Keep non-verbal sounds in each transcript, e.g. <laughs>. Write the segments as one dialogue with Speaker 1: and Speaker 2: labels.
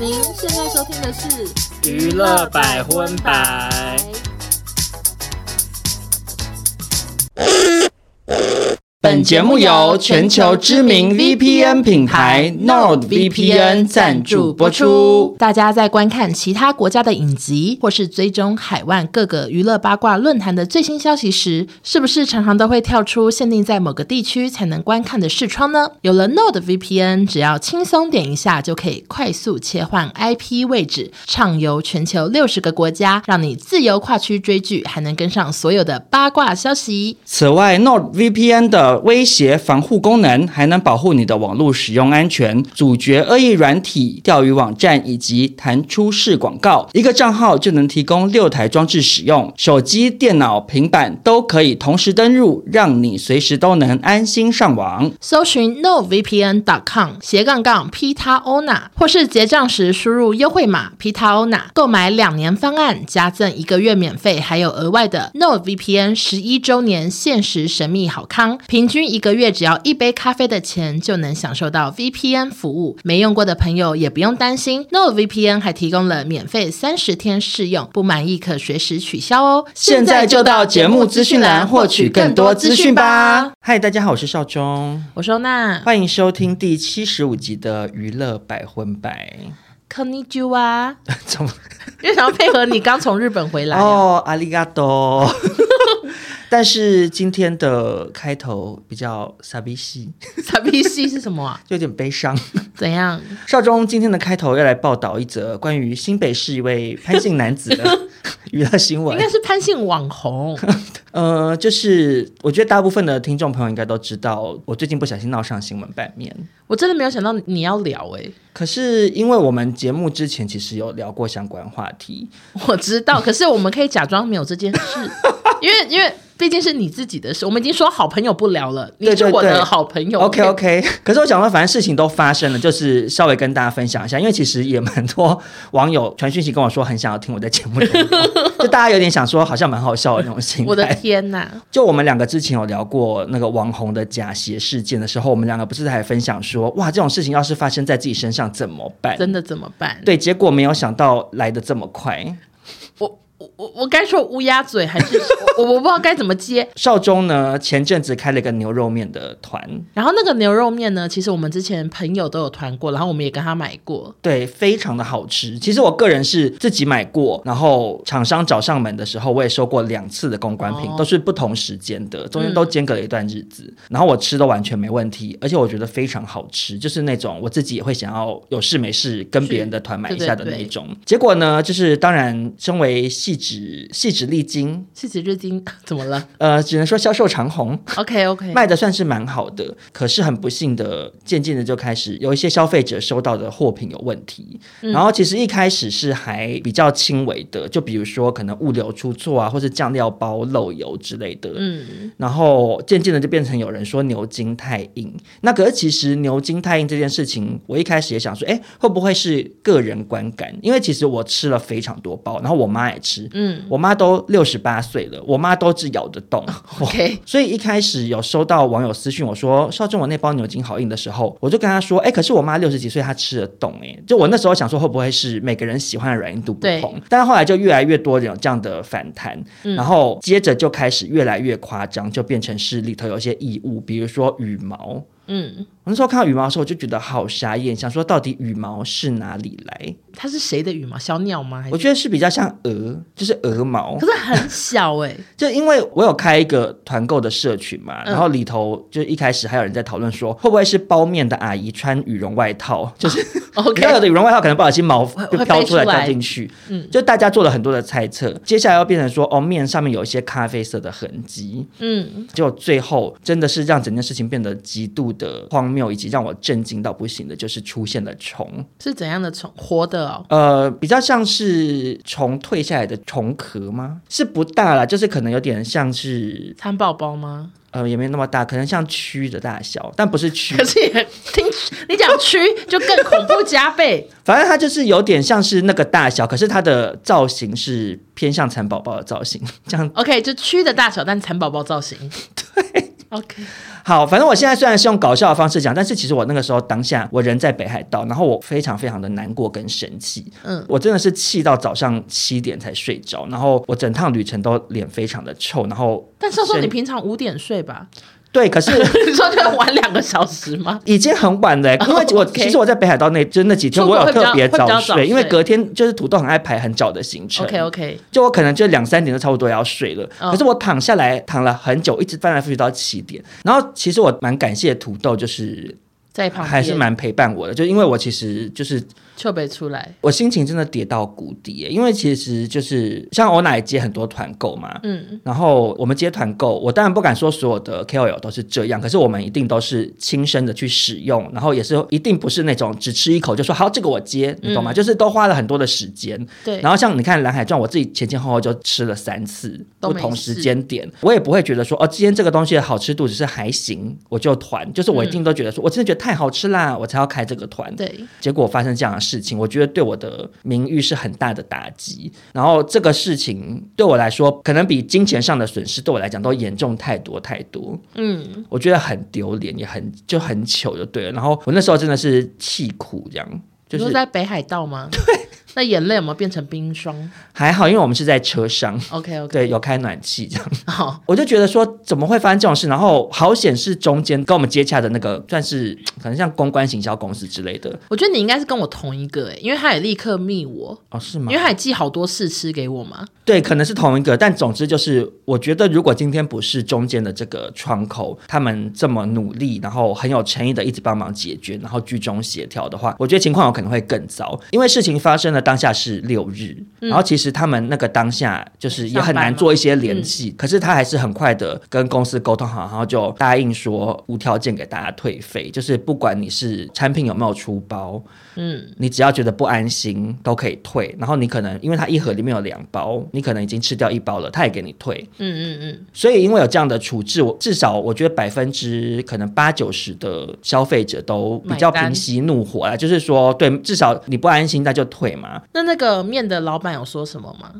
Speaker 1: 您现在收听的是《
Speaker 2: 娱乐百分百》。本节目由全球知名 VPN 品牌 NordVPN 赞助播出。
Speaker 1: 大家在观看其他国家的影集，或是追踪海外各个娱乐八卦论坛的最新消息时，是不是常常都会跳出限定在某个地区才能观看的视窗呢？有了 NordVPN，只要轻松点一下，就可以快速切换 IP 位置，畅游全球六十个国家，让你自由跨区追剧，还能跟上所有的八卦消息。
Speaker 2: 此外，NordVPN 的威胁防护功能还能保护你的网络使用安全，阻绝恶意软体、钓鱼网站以及弹出式广告。一个账号就能提供六台装置使用，手机、电脑、平板都可以同时登入，让你随时都能安心上网。
Speaker 1: 搜寻 novpn.com 斜杠杠 pitaona，或是结账时输入优惠码 pitaona，购买两年方案加赠一个月免费，还有额外的 novpn 十一周年限时神秘好康，平均一个月只要一杯咖啡的钱就能享受到 VPN 服务。没用过的朋友也不用担心，novpn 还提供了免费三十天试用，不满意可随时取消哦。
Speaker 2: 现在就到节目资讯栏获取更多资讯吧。。嗨，大家好，我是少忠，
Speaker 1: 我说那
Speaker 2: 欢迎收听第七十五集的娱乐百分百。
Speaker 1: 康尼啾啊。
Speaker 2: 怎么？
Speaker 1: 因为想要配合你刚从日本回来、啊，
Speaker 2: <laughs> 哦，阿里嘎多。 <laughs> 但是今天的开头比较傻逼戏，
Speaker 1: 傻逼戏是什么
Speaker 2: <laughs>
Speaker 1: 啊？
Speaker 2: 有点悲伤。
Speaker 1: 怎样？
Speaker 2: 少中今天的开头要来报道一则关于新北市一位潘姓男子
Speaker 1: <laughs>
Speaker 2: 的娱乐新
Speaker 1: 应
Speaker 2: 闻
Speaker 1: 该。是潘姓网红，
Speaker 2: 呃，就是我觉得大部分的听众朋友应该都知道，我最近不小心闹上新闻版面。
Speaker 1: 我真的没有想到你要聊哎、
Speaker 2: 可是因为我们节目之前其实有聊过相关话题，
Speaker 1: 我知
Speaker 2: <laughs>
Speaker 1: 道，可是我们可以假装没有这件事，因为因为毕竟是你自己的事，我们已经说好朋友不聊了，你
Speaker 2: 对
Speaker 1: 是
Speaker 2: 对
Speaker 1: 我
Speaker 2: 对
Speaker 1: 的好朋友
Speaker 2: OK OK，可 <laughs> 是我想说，反正事情都发生了，就是稍微跟大家分享一下，因为其实也蛮多网友传讯息跟我说，很想要听我在节目里聊，就大家有点想说，好像蛮好笑的那种心态。
Speaker 1: 我的天呐，
Speaker 2: <laughs> 就我们两个之前有聊过那个网红的假鞋事件的时候，我们两个不是还分享说，哇，这种事情要是发生在自己身上怎么办？
Speaker 1: 真的怎么办？
Speaker 2: 对，结果没有想到来的这么快。
Speaker 1: 我我我我该说乌鸦嘴还是 <laughs> 我我我不知道该怎么接。
Speaker 2: 少中呢，前阵子开了一个牛肉面的团，
Speaker 1: 然后那个牛肉面呢，其实我们之前朋友都有团过，然后我们也跟他买过，
Speaker 2: 对，非常的好吃。其实我个人是自己买过，然后厂商找上门的时候，我也收过两次的公关品，
Speaker 1: 哦
Speaker 2: 都是不同时间的，中间都间隔了一段日子。然后我吃都完全没问题，而且我觉得非常好吃，就是那种我自己也会想要有事没事跟别人的团买一下的那一种。结果呢，就是当然，身为细致细致历经，
Speaker 1: 是指日经 <laughs> 怎么了
Speaker 2: 呃，只能说销售长虹。
Speaker 1: ？OK OK，
Speaker 2: 卖的算是蛮好的，可是很不幸的，渐渐的就开始有一些消费者收到的货品有问题。
Speaker 1: 嗯
Speaker 2: 然后其实一开始是还比较轻微的，就比如说可能物流出错啊，或是酱料包漏油之类的。
Speaker 1: 嗯，
Speaker 2: 然后渐渐的就变成有人说牛筋太硬。那可是其实牛筋太硬这件事情，我一开始也想说，哎，会不会是个人观感？因为其实我吃了非常多包，然后我妈也吃，
Speaker 1: 嗯，
Speaker 2: 我妈都六十八岁了，我妈都只咬得
Speaker 1: <laughs>
Speaker 2: 动。我
Speaker 1: OK
Speaker 2: 所以一开始有收到网友私讯我说邵正我那包牛筋好硬的时候，我就跟她说，哎、可是我妈六十几岁，她吃得动、哎，就我那时候想说会不会是每个人喜欢的软硬度不
Speaker 1: 对
Speaker 2: 同，但后来就越来越多人有这样的反弹，然后接着就开始越来越夸张，就变成是里头有一些异物，比如说羽毛。
Speaker 1: 嗯，
Speaker 2: 我那时候看到羽毛的时候，我就觉得好傻眼，想说到底羽毛是哪里来？
Speaker 1: 它是谁的羽毛？小鸟吗？还是
Speaker 2: 我觉得是比较像鹅，就是鹅毛
Speaker 1: 可。是很小哎、
Speaker 2: <laughs> 就因为我有开一个团购的社群嘛，
Speaker 1: 嗯
Speaker 2: 然后里头就一开始还有人在讨论说，会不会是包面的阿姨穿羽绒外套， <laughs> 就是你知
Speaker 1: 哦 OK，
Speaker 2: 道有的羽绒外套可能不小心毛
Speaker 1: 会
Speaker 2: 就飘出来
Speaker 1: 飞出来
Speaker 2: 掉进去，
Speaker 1: 嗯
Speaker 2: 就大家做了很多的猜测。接下来要变成说，哦，面上面有一些咖啡色的痕迹，
Speaker 1: 嗯，
Speaker 2: 就最后真的是让整件事情变得极度的荒谬，以及让我震惊到不行的，就是出现了虫，
Speaker 1: 是怎样的虫？活的哦，
Speaker 2: 呃，比较像是虫蜕下来的虫壳吗？是不大啦，就是可能有点像是
Speaker 1: 蚕宝宝吗？
Speaker 2: 呃，也没那么大，可能像蛆的大小，但不是蛆
Speaker 1: 可，是也听你讲蛆就更恐怖加倍。 <laughs>
Speaker 2: 反正它就是有点像是那个大小，可是它的造型是偏向蚕宝宝的造型，这样 <laughs>
Speaker 1: OK，就蛆的大小，但蚕宝宝造型。 OK，
Speaker 2: 好，反正我现在虽然是用搞笑的方式讲，但是其实我那个时候当下我人在北海道，然后我非常非常的难过跟生气，
Speaker 1: 嗯，
Speaker 2: 我真的是气到早上七点才睡着，然后我整趟旅程都脸非常的臭，然后
Speaker 1: 但是说
Speaker 2: 是
Speaker 1: 你平常五点睡吧？<laughs>
Speaker 2: 对，可是
Speaker 1: 你说就要晚两个小时吗？
Speaker 2: 已经很晚
Speaker 1: <laughs>
Speaker 2: 了欸、因为我
Speaker 1: 哦 OK
Speaker 2: 其实我在北海道那就那几天
Speaker 1: 出国
Speaker 2: 我有
Speaker 1: 会比较
Speaker 2: 特别
Speaker 1: 会比较早
Speaker 2: 睡，因为
Speaker 1: 睡
Speaker 2: 隔天就是土豆很爱排很早的行程
Speaker 1: OK OK，
Speaker 2: 就我可能就两三点就差不多要睡了，
Speaker 1: 嗯
Speaker 2: 可是我躺下来躺了很久，一直翻来覆去到七点。然后其实我蛮感谢土豆，就是
Speaker 1: 在旁边
Speaker 2: 还是蛮陪伴我的，就因为我其实就是
Speaker 1: 就北出来，
Speaker 2: 我心情真的跌到谷底耶，因为其实就是像欧娜也接很多团购嘛。
Speaker 1: 嗯，
Speaker 2: 然后我们接团购，我当然不敢说所有的 KOL 都是这样，可是我们一定都是亲身的去使用，然后也是一定不是那种只吃一口就说好这个我接，你懂吗？就是都花了很多的时间，
Speaker 1: 对，
Speaker 2: 然后像你看《蓝海传》，我自己前前后后就吃了三次，
Speaker 1: 都
Speaker 2: 不
Speaker 1: 没
Speaker 2: 同时
Speaker 1: 事
Speaker 2: 间点，我也不会觉得说哦，今天这个东西的好吃度只是还行，我就团，就是我一定都觉得说，我真的觉得太好吃啦，我才要开这个团。
Speaker 1: 嗯对，
Speaker 2: 结果发生这样的事情，我觉得对我的名誉是很大的打击。然后这个事情对我来说，可能比金钱上的损失对我来讲都严重太多太多。
Speaker 1: 嗯，
Speaker 2: 我觉得很丢脸，也很就很糗就对了。然后我那时候真的是气哭，这样就
Speaker 1: 你说
Speaker 2: 是
Speaker 1: 在北海道吗？对，那眼泪有没有变成冰霜
Speaker 2: 还好，因为我们是在车上，
Speaker 1: ？OK OK，
Speaker 2: 对，有开暖气这样。
Speaker 1: <laughs> 好，
Speaker 2: 我就觉得说怎么会发生这种事，然后好险是中间跟我们接洽的那个算是可能像公关行销公司之类的
Speaker 1: 我觉得你应该是跟我同一个诶、欸因为他也立刻密我，
Speaker 2: 哦，是
Speaker 1: 因
Speaker 2: 吗
Speaker 1: 为？他也寄好多试吃给我嘛。
Speaker 2: 对，可能是同一个，但总之就是我觉得如果今天不是中间的这个窗口，他们这么努力，然后很有诚意的一直帮忙解决，然后居中协调的话，我觉得情况有可能会更糟，因为事情发生的当下是六日，然后其实他们那个当下就是也很
Speaker 1: 上班
Speaker 2: 难
Speaker 1: 吗
Speaker 2: 做一些联系，可是他还是很快的跟公司沟通好，然后就答应说无条件给大家退费，就是不管你是产品有没有出包，
Speaker 1: 嗯，
Speaker 2: 你只要觉得不安心都可以退。然后你可能因为它一盒里面有两包，你可能已经吃掉一包了，他也给你退。
Speaker 1: 嗯嗯嗯，
Speaker 2: 所以因为有这样的处置，我至少我觉得百分之可能八九十的消费者都比较
Speaker 1: 买单
Speaker 2: 平息怒火啦，就是说对，至少你不安心那就退嘛。
Speaker 1: 那那个面的老板有说什么吗？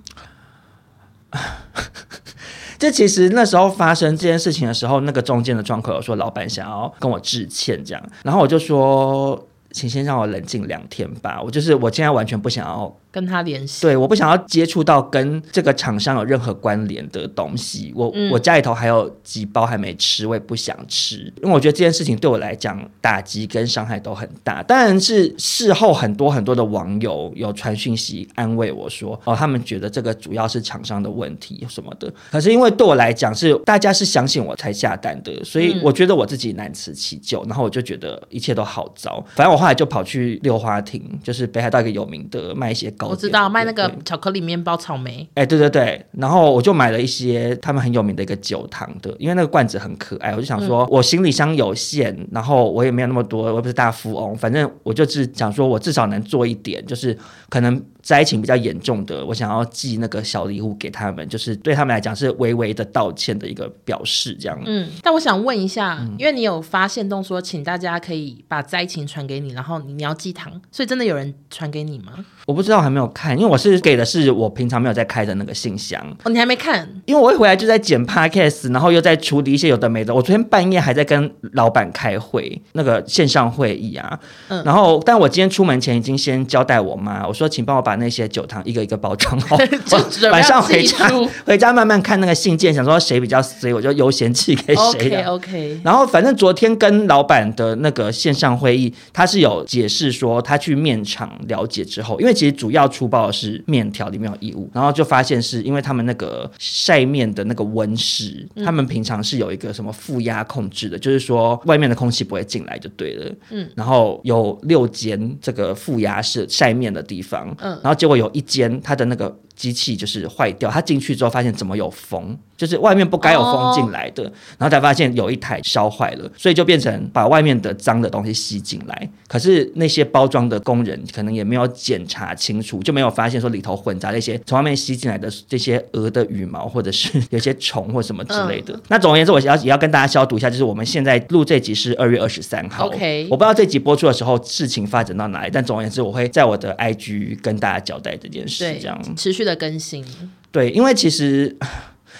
Speaker 2: 这其实那时候发生这件事情的时候，那个中间的窗口有说老板想要跟我致歉这样，然后我就说。请先让我冷静两天吧，我就是我现在完全不想要
Speaker 1: 跟他联系？
Speaker 2: 对，我不想要接触到跟这个厂商有任何关联的东西。我、
Speaker 1: 嗯
Speaker 2: 我家里头还有几包还没吃，我也不想吃，因为我觉得这件事情对我来讲打击跟伤害都很大。当然是事后很多很多的网友有传讯息安慰我说，哦，他们觉得这个主要是厂商的问题什么的。可是因为对我来讲是大家是相信我才下单的，所以
Speaker 1: 嗯
Speaker 2: 我觉得我自己难辞其咎。然后我就觉得一切都好糟。反正我后来就跑去六花亭，就是北海道一个有名的卖一些糕点的
Speaker 1: 我
Speaker 2: 店，
Speaker 1: 知道卖那个
Speaker 2: 对
Speaker 1: 巧克力面包草莓，
Speaker 2: 哎、对对对，然后我就买了一些他们很有名的一个酒糖的，因为那个罐子很可爱，我就
Speaker 1: 嗯
Speaker 2: 想说，我行李箱有限，然后我也没有那么多，我又不是大富翁，反正我就是想说，我至少能做一点，就是可能灾情比较严重的，我想要寄那个小礼物给他们，就是对他们来讲是微微的道歉的一个表示，这样。
Speaker 1: 嗯，但我想问一下，
Speaker 2: 嗯
Speaker 1: 因为你有发现动说，请大家可以把灾情传给你，然后你要寄糖，所以真的有人传给你吗？
Speaker 2: 我不知道还没有看，因为我是给的是我平常没有在开的那个信箱。
Speaker 1: 哦，你还没看，
Speaker 2: 因为我一回来就在剪 podcast，然后又在处理一些有的没的。我昨天半夜还在跟老板开会，那个线上会议啊。
Speaker 1: 嗯
Speaker 2: 然后，但我今天出门前已经先交代我妈，我说请帮我把那些酒糖一个一个包装
Speaker 1: <laughs>
Speaker 2: 好
Speaker 1: 就准备，要
Speaker 2: 哦晚上回
Speaker 1: 寄
Speaker 2: <laughs> 家
Speaker 1: 出
Speaker 2: 回家慢慢看那个信件，想说谁比较衰，我就优先寄给哎谁
Speaker 1: OK
Speaker 2: 的。
Speaker 1: OK，
Speaker 2: 然后，反正昨天跟老板的那个线上会议，他是有解释说他去面场了解之后，因为其实主要出包的是面条里面有异物，然后就发现是因为他们那个晒面的那个温室，他们平常是有一个什么负压控制的，就是说外面的空气不会进来就对了。
Speaker 1: 嗯
Speaker 2: 嗯，然后有六间这个负压式晒面的地方，
Speaker 1: 嗯
Speaker 2: 嗯，然后结果有一间它的那个。机器就是坏掉，他进去之后发现怎么有风，就是外面不该有风进来的，然后才发现有一台烧坏了，所以就变成把外面的脏的东西吸进来。可是那些包装的工人可能也没有检查清楚，就没有发现说里头混杂了一些从外面吸进来的这些鹅的羽毛，或者是有些虫或什么之类
Speaker 1: 嗯
Speaker 2: 的。那总而言之，我要也要跟大家消毒一下，就是我们现在录这集是二月二十三号
Speaker 1: OK
Speaker 2: 我不知道这集播出的时候事情发展到哪里，但总而言之，我会在我的 IG 跟大家交代这件事，
Speaker 1: 对
Speaker 2: 这样。，
Speaker 1: 持续的更新，
Speaker 2: 对，因为其实。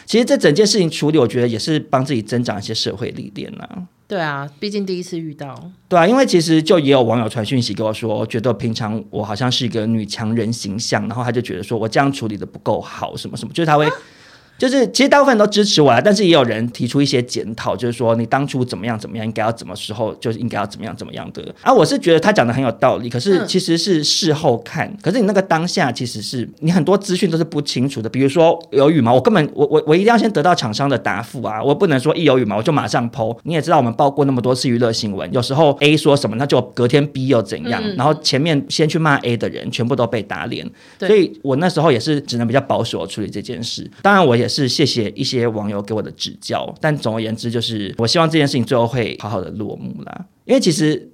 Speaker 2: 其实这整件事情处理，我觉得也是帮自己增长一些社会历练啦、
Speaker 1: 对啊，毕竟第一次遇到，
Speaker 2: 对啊，因为其实就也有网友传讯息给我说，觉得平常我好像是一个女强人形象，然后他就觉得说我这样处理的不够好，什么什么，就是他会，就是其实大部分人都支持我啦，啊但是也有人提出一些检讨，就是说你当初怎么样怎么样，应该要怎么时候就是应该要怎么样怎么样的。啊，我是觉得他讲的很有道理，可是
Speaker 1: 嗯
Speaker 2: 其实是事后看，可是你那个当下其实是你很多资讯都是不清楚的，比如说有羽毛，我根本我我我一定要先得到厂商的答复啊，我不能说一有羽毛我就马上剖。你也知道我们报过那么多次娱乐新闻，有时候 A 说什么，那就隔天 B 又怎样，
Speaker 1: 嗯
Speaker 2: 然后前面先去骂 A 的人全部都被打脸，
Speaker 1: 对
Speaker 2: 所以我那时候也是只能比较保守地处理这件事。当然，我也是谢谢一些网友给我的指教，但总而言之，就是我希望这件事情最后会好好的落幕啦。因为其实，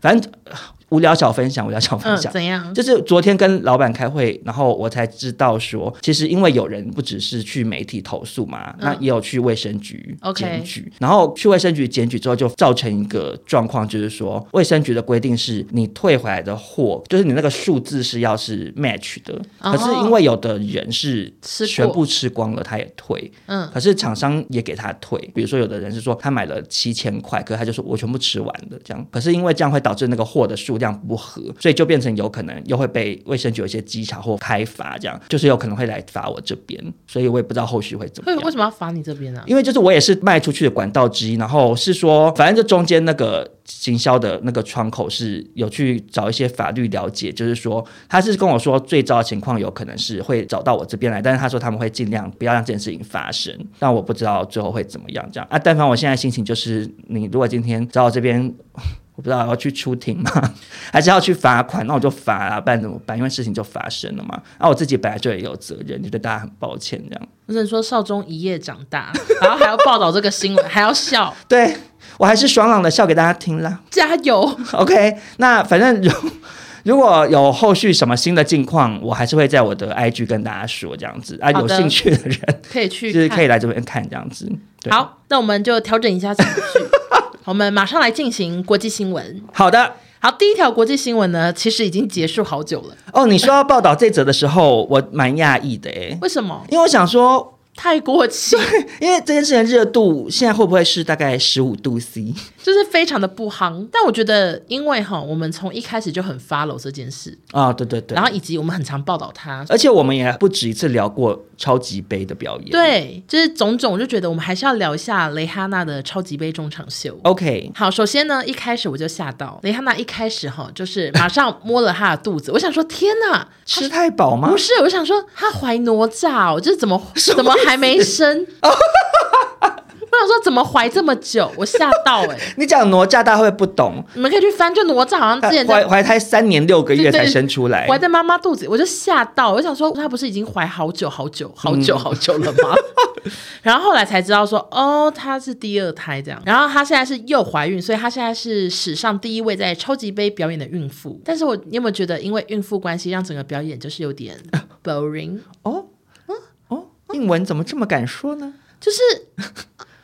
Speaker 2: 反正呃无聊小分享，无聊小分
Speaker 1: 嗯，
Speaker 2: 享。
Speaker 1: 怎样？
Speaker 2: 就是昨天跟老板开会，然后我才知道说，其实因为有人不只是去媒体投诉嘛，那也有去卫生局
Speaker 1: 嗯 OK
Speaker 2: 检举，然后去卫生局检举之后，就造成一个状况，就是说卫生局的规定是你退回来的货，就是你那个数字是要是 match 的，
Speaker 1: 哦
Speaker 2: 可是因为有的人是
Speaker 1: 吃过
Speaker 2: 全部吃光了，他也退，
Speaker 1: 嗯，
Speaker 2: 可是厂商也给他退，比如说有的人是说他买了七千块，可是他就说我全部吃完了这样，可是因为这样会导致那个货的数量不合，所以就变成有可能又会被卫生局有一些稽查或开罚这样，就是有可能会来罚我这边，所以我也不知道后续会怎么
Speaker 1: 会
Speaker 2: 样
Speaker 1: 为。什么要罚你这边呢、啊？
Speaker 2: 因为呃就是我也是卖出去的管道之一，然后是说，反正这中间那个行销的那个窗口是有去找一些法律了解，就是说他是跟我说最糟的情况有可能是会找到我这边来，但是他说他们会尽量不要让这件事情发生，但我不知道最后会怎么样这样啊。但凡我现在心情就是，你如果今天找我这边。 <laughs> 我不知道要去出庭吗，还是要去罚款？那我就罚啊，不然怎么办？因为事情就发生了嘛。啊，我自己本来就也有责任，就对大家很抱歉这样。
Speaker 1: 我只能说少中一夜长大，然后还要报道这个新闻，还要笑，
Speaker 2: 对我还是爽朗的笑给大家听啦。 <laughs>
Speaker 1: 加油！
Speaker 2: OK，那反正如如果有后续什么新的近况，我还是会在我的 IG 跟大家说这样子啊。
Speaker 1: 好
Speaker 2: 有
Speaker 1: 的
Speaker 2: 兴趣的人
Speaker 1: 可以去
Speaker 2: 就是
Speaker 1: 看
Speaker 2: 可以来这边看这样子。对，
Speaker 1: 好，那我们就调整一下情绪，我们马上来进行国际新闻。
Speaker 2: 好的
Speaker 1: 好，第一条国际新闻呢，其实已经结束好久了。
Speaker 2: 哦。你说要报道这则的时候，我蛮讶异的诶，
Speaker 1: 为什么？
Speaker 2: 因为我想说，
Speaker 1: 太过气，
Speaker 2: 因为这件事情的热度现在会不会是大概十五度 C？
Speaker 1: 就是非常的不夯。但我觉得，因为哈，我们从一开始就很 follow 这件事，
Speaker 2: 啊、对对对呃
Speaker 1: 然。后以及我们很常报道它。
Speaker 2: 而且我们也不止一次聊过超级杯的表演。
Speaker 1: 对，就是种种，我就觉得我们还是要聊一下蕾哈娜的超级杯中场秀。
Speaker 2: ，OK，
Speaker 1: 好，首先呢，一开始我就吓到蕾哈娜，一开始哈就是马上摸了她的肚子，我想说天哪，
Speaker 2: 吃太饱吗
Speaker 1: 不？是，我想说她怀哪吒哦，就是怎么怎么还没生？ <laughs> 我想说怎么怀这么久，我吓到哎、
Speaker 2: 你讲哪吒，大家会不懂。
Speaker 1: 你们可以去翻，就哪吒好像之前在
Speaker 2: 怀怀胎三年六个月
Speaker 1: 对对
Speaker 2: 才生出来
Speaker 1: 怀，在妈妈肚子，我就吓到，我想说她不是已经怀好久好
Speaker 2: 嗯
Speaker 1: 久好久好久了吗？ <laughs> 然后后来才知道说，哦，她是第二胎这样，然后她现在是又怀孕，所以她现在是史上第一位在超级杯表演的孕妇。但是我你有没有觉得，因为孕妇关系，让整个表演就是有
Speaker 2: <laughs>
Speaker 1: 点 boring，
Speaker 2: 哦，哦，英文怎么这么敢说呢？
Speaker 1: 就是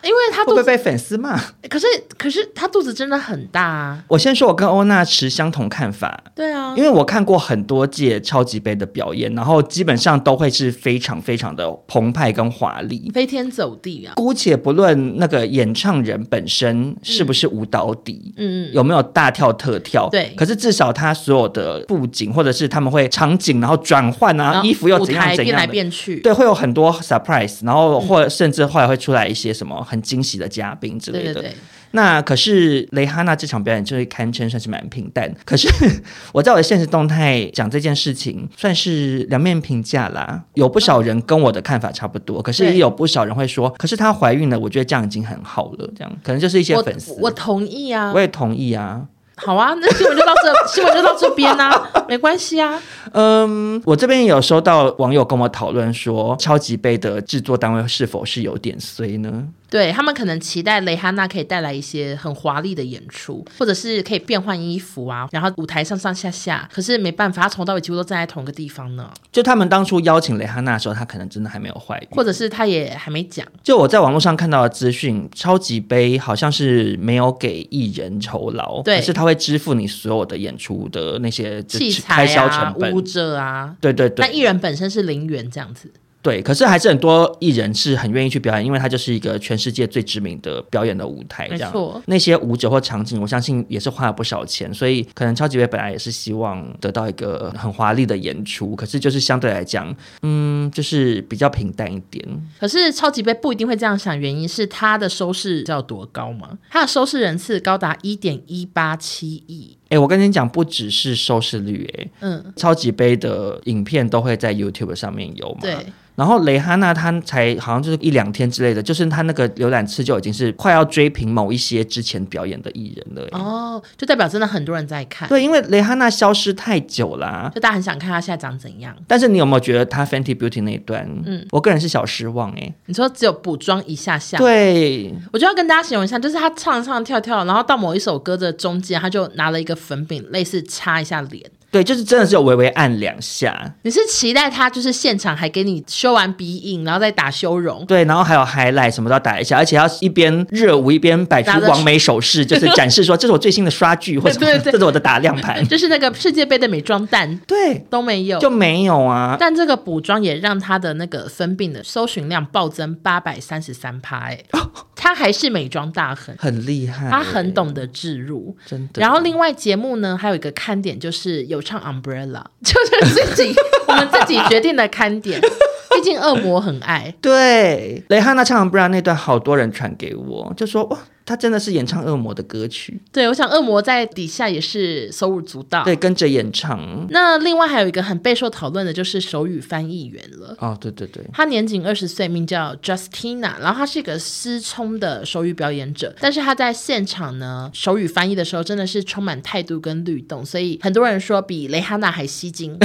Speaker 1: 因为她
Speaker 2: 会不
Speaker 1: 肚
Speaker 2: 会
Speaker 1: 子，
Speaker 2: 被粉丝骂？
Speaker 1: 可是可是她肚子真的很大啊，
Speaker 2: 我先说，我跟欧娜持相同看法。
Speaker 1: 对啊
Speaker 2: 因，为我看过很多届超级杯的表演，然后基本上都会是非常非常的澎湃跟华丽。
Speaker 1: 飞天走地啊，
Speaker 2: 姑且不论那个演唱人本身是不是舞蹈底，
Speaker 1: 嗯，
Speaker 2: 有没有大跳特跳？
Speaker 1: 对
Speaker 2: 可是至少他所有的布景，或者是他们会场景，然后转换啊，衣服又
Speaker 1: 舞
Speaker 2: 怎样
Speaker 1: 台
Speaker 2: 怎
Speaker 1: 变
Speaker 2: 样
Speaker 1: 来
Speaker 2: 的
Speaker 1: 变去，
Speaker 2: 对，会有很多 surprise，然后或
Speaker 1: 嗯
Speaker 2: 者甚至后来会出来一些什么很惊喜的嘉宾之类
Speaker 1: 对
Speaker 2: 的。
Speaker 1: 对对。
Speaker 2: 那可是蕾哈娜这场表演就是堪称算是蛮平淡，可是 <laughs> 我在我的现实动态讲这件事情，算是两面评价啦。有不少人跟我的看法差不多，可是也
Speaker 1: 对
Speaker 2: 有不少人会说，可是她怀孕了，我觉得这样已经很好了，这样可能就是一些
Speaker 1: 我
Speaker 2: 粉丝。
Speaker 1: 我同意啊
Speaker 2: 我，也同意啊，
Speaker 1: 好啊，那新闻就到这， <laughs> 新闻就到这边啊，没关系啊。
Speaker 2: 嗯，我这边也有收到网友跟我讨论说，超级杯的制作单位是否是有点衰呢？
Speaker 1: 对他们可能期待蕾哈娜可以带来一些很华丽的演出，或者是可以变换衣服啊，然后舞台上上下下。可是没办法，她从头到尾几乎都站在同一个地方呢，
Speaker 2: 就他们当初邀请蕾哈娜的时候，她可能真的还没有怀孕。
Speaker 1: 或者是她也还没讲。
Speaker 2: 就我在网络上看到的资讯，超级杯好像是没有给艺人酬劳，
Speaker 1: 对
Speaker 2: 可是他会支付你所有的演出的那些就
Speaker 1: 器
Speaker 2: 开
Speaker 1: 材
Speaker 2: 销
Speaker 1: 啊
Speaker 2: 成，
Speaker 1: 舞
Speaker 2: 本。
Speaker 1: 者啊，
Speaker 2: 对对
Speaker 1: 那
Speaker 2: 对，
Speaker 1: 艺人本身是零元这样子，
Speaker 2: 对，可是还是很多艺人是很愿意去表演，因为它就是一个全世界最知名的表演的舞台。哎这
Speaker 1: 没
Speaker 2: 样
Speaker 1: 错，
Speaker 2: 那些舞者或场景，我相信也是花了不少钱，所以可能超级杯本来也是希望得到一个很华丽的演出，可是就是相对来讲，嗯，就是比较平淡一点。
Speaker 1: 可是超级杯不一定会这样想，原因是它的收视要多高吗？它的收视人次高达一点一八七亿，
Speaker 2: 哎、我跟你讲，不只是收视率、哎，
Speaker 1: 嗯，
Speaker 2: 超级杯的影片都会在 YouTube 上面有嘛？
Speaker 1: 对。
Speaker 2: 然后蕾哈娜她才好像就是一两天之类的，就是她那个浏览次就已经是快要追平某一些之前表演的艺人了、哎
Speaker 1: 哦，就代表真的很多人在看，
Speaker 2: 对，因为蕾哈娜消失太久啦、
Speaker 1: 就大家很想看它现在长怎样。
Speaker 2: 但是你有没有觉得她 Fenty Beauty 那一段？
Speaker 1: 嗯
Speaker 2: 嗯，我个人是小失望哎、
Speaker 1: 你说只有补妆一下下，
Speaker 2: 对，
Speaker 1: 我就要跟大家形容一下，就是他唱唱跳跳，然后到某一首歌的中间，他就拿了一个粉饼，类似擦一下脸。
Speaker 2: 对，就是真的是有微微按两下，
Speaker 1: 你是期待他就是现场还给你修完鼻影，然后再打修容， <laughs>
Speaker 2: 对，然后还有 highlight 什么都要打一下，而且要一边热舞一边摆出
Speaker 1: 打得
Speaker 2: 完美手势，就是展示说这是我最新的刷具，或者
Speaker 1: <laughs> 对对对，
Speaker 2: 这是我的打亮盘
Speaker 1: <laughs> 就是那个世界杯的美妆蛋
Speaker 2: 对，
Speaker 1: 都没有。
Speaker 2: 就没有啊。
Speaker 1: 但这个补妆也让他的那个粉饼的搜寻量暴增八百三十三趴，哎、
Speaker 2: 哦
Speaker 1: 他还是美妆大亨，
Speaker 2: 很厉害、
Speaker 1: 他很，懂得置入。
Speaker 2: 真的。
Speaker 1: 然后另外节目呢，还有一个看点就是有唱 Umbrella，就是 <laughs> 自己我们自己决定的看点。毕竟恶魔很爱，
Speaker 2: 对蕾哈娜唱《不然》那段，好多人传给我，就说哇，她真的是演唱恶魔的歌曲，
Speaker 1: 对我想恶魔在底下也是手舞足蹈。
Speaker 2: 对，跟着演唱。
Speaker 1: 那另外还有一个很备受讨论的就是手语翻译员了。
Speaker 2: 哦，对对对，
Speaker 1: 她年仅二十岁，名叫 Justina，然后她是一个失聪的手语表演者，但是她在现场呢，手语翻译的时候真的是充满态度跟律动，所以很多人说比蕾哈娜还吸睛。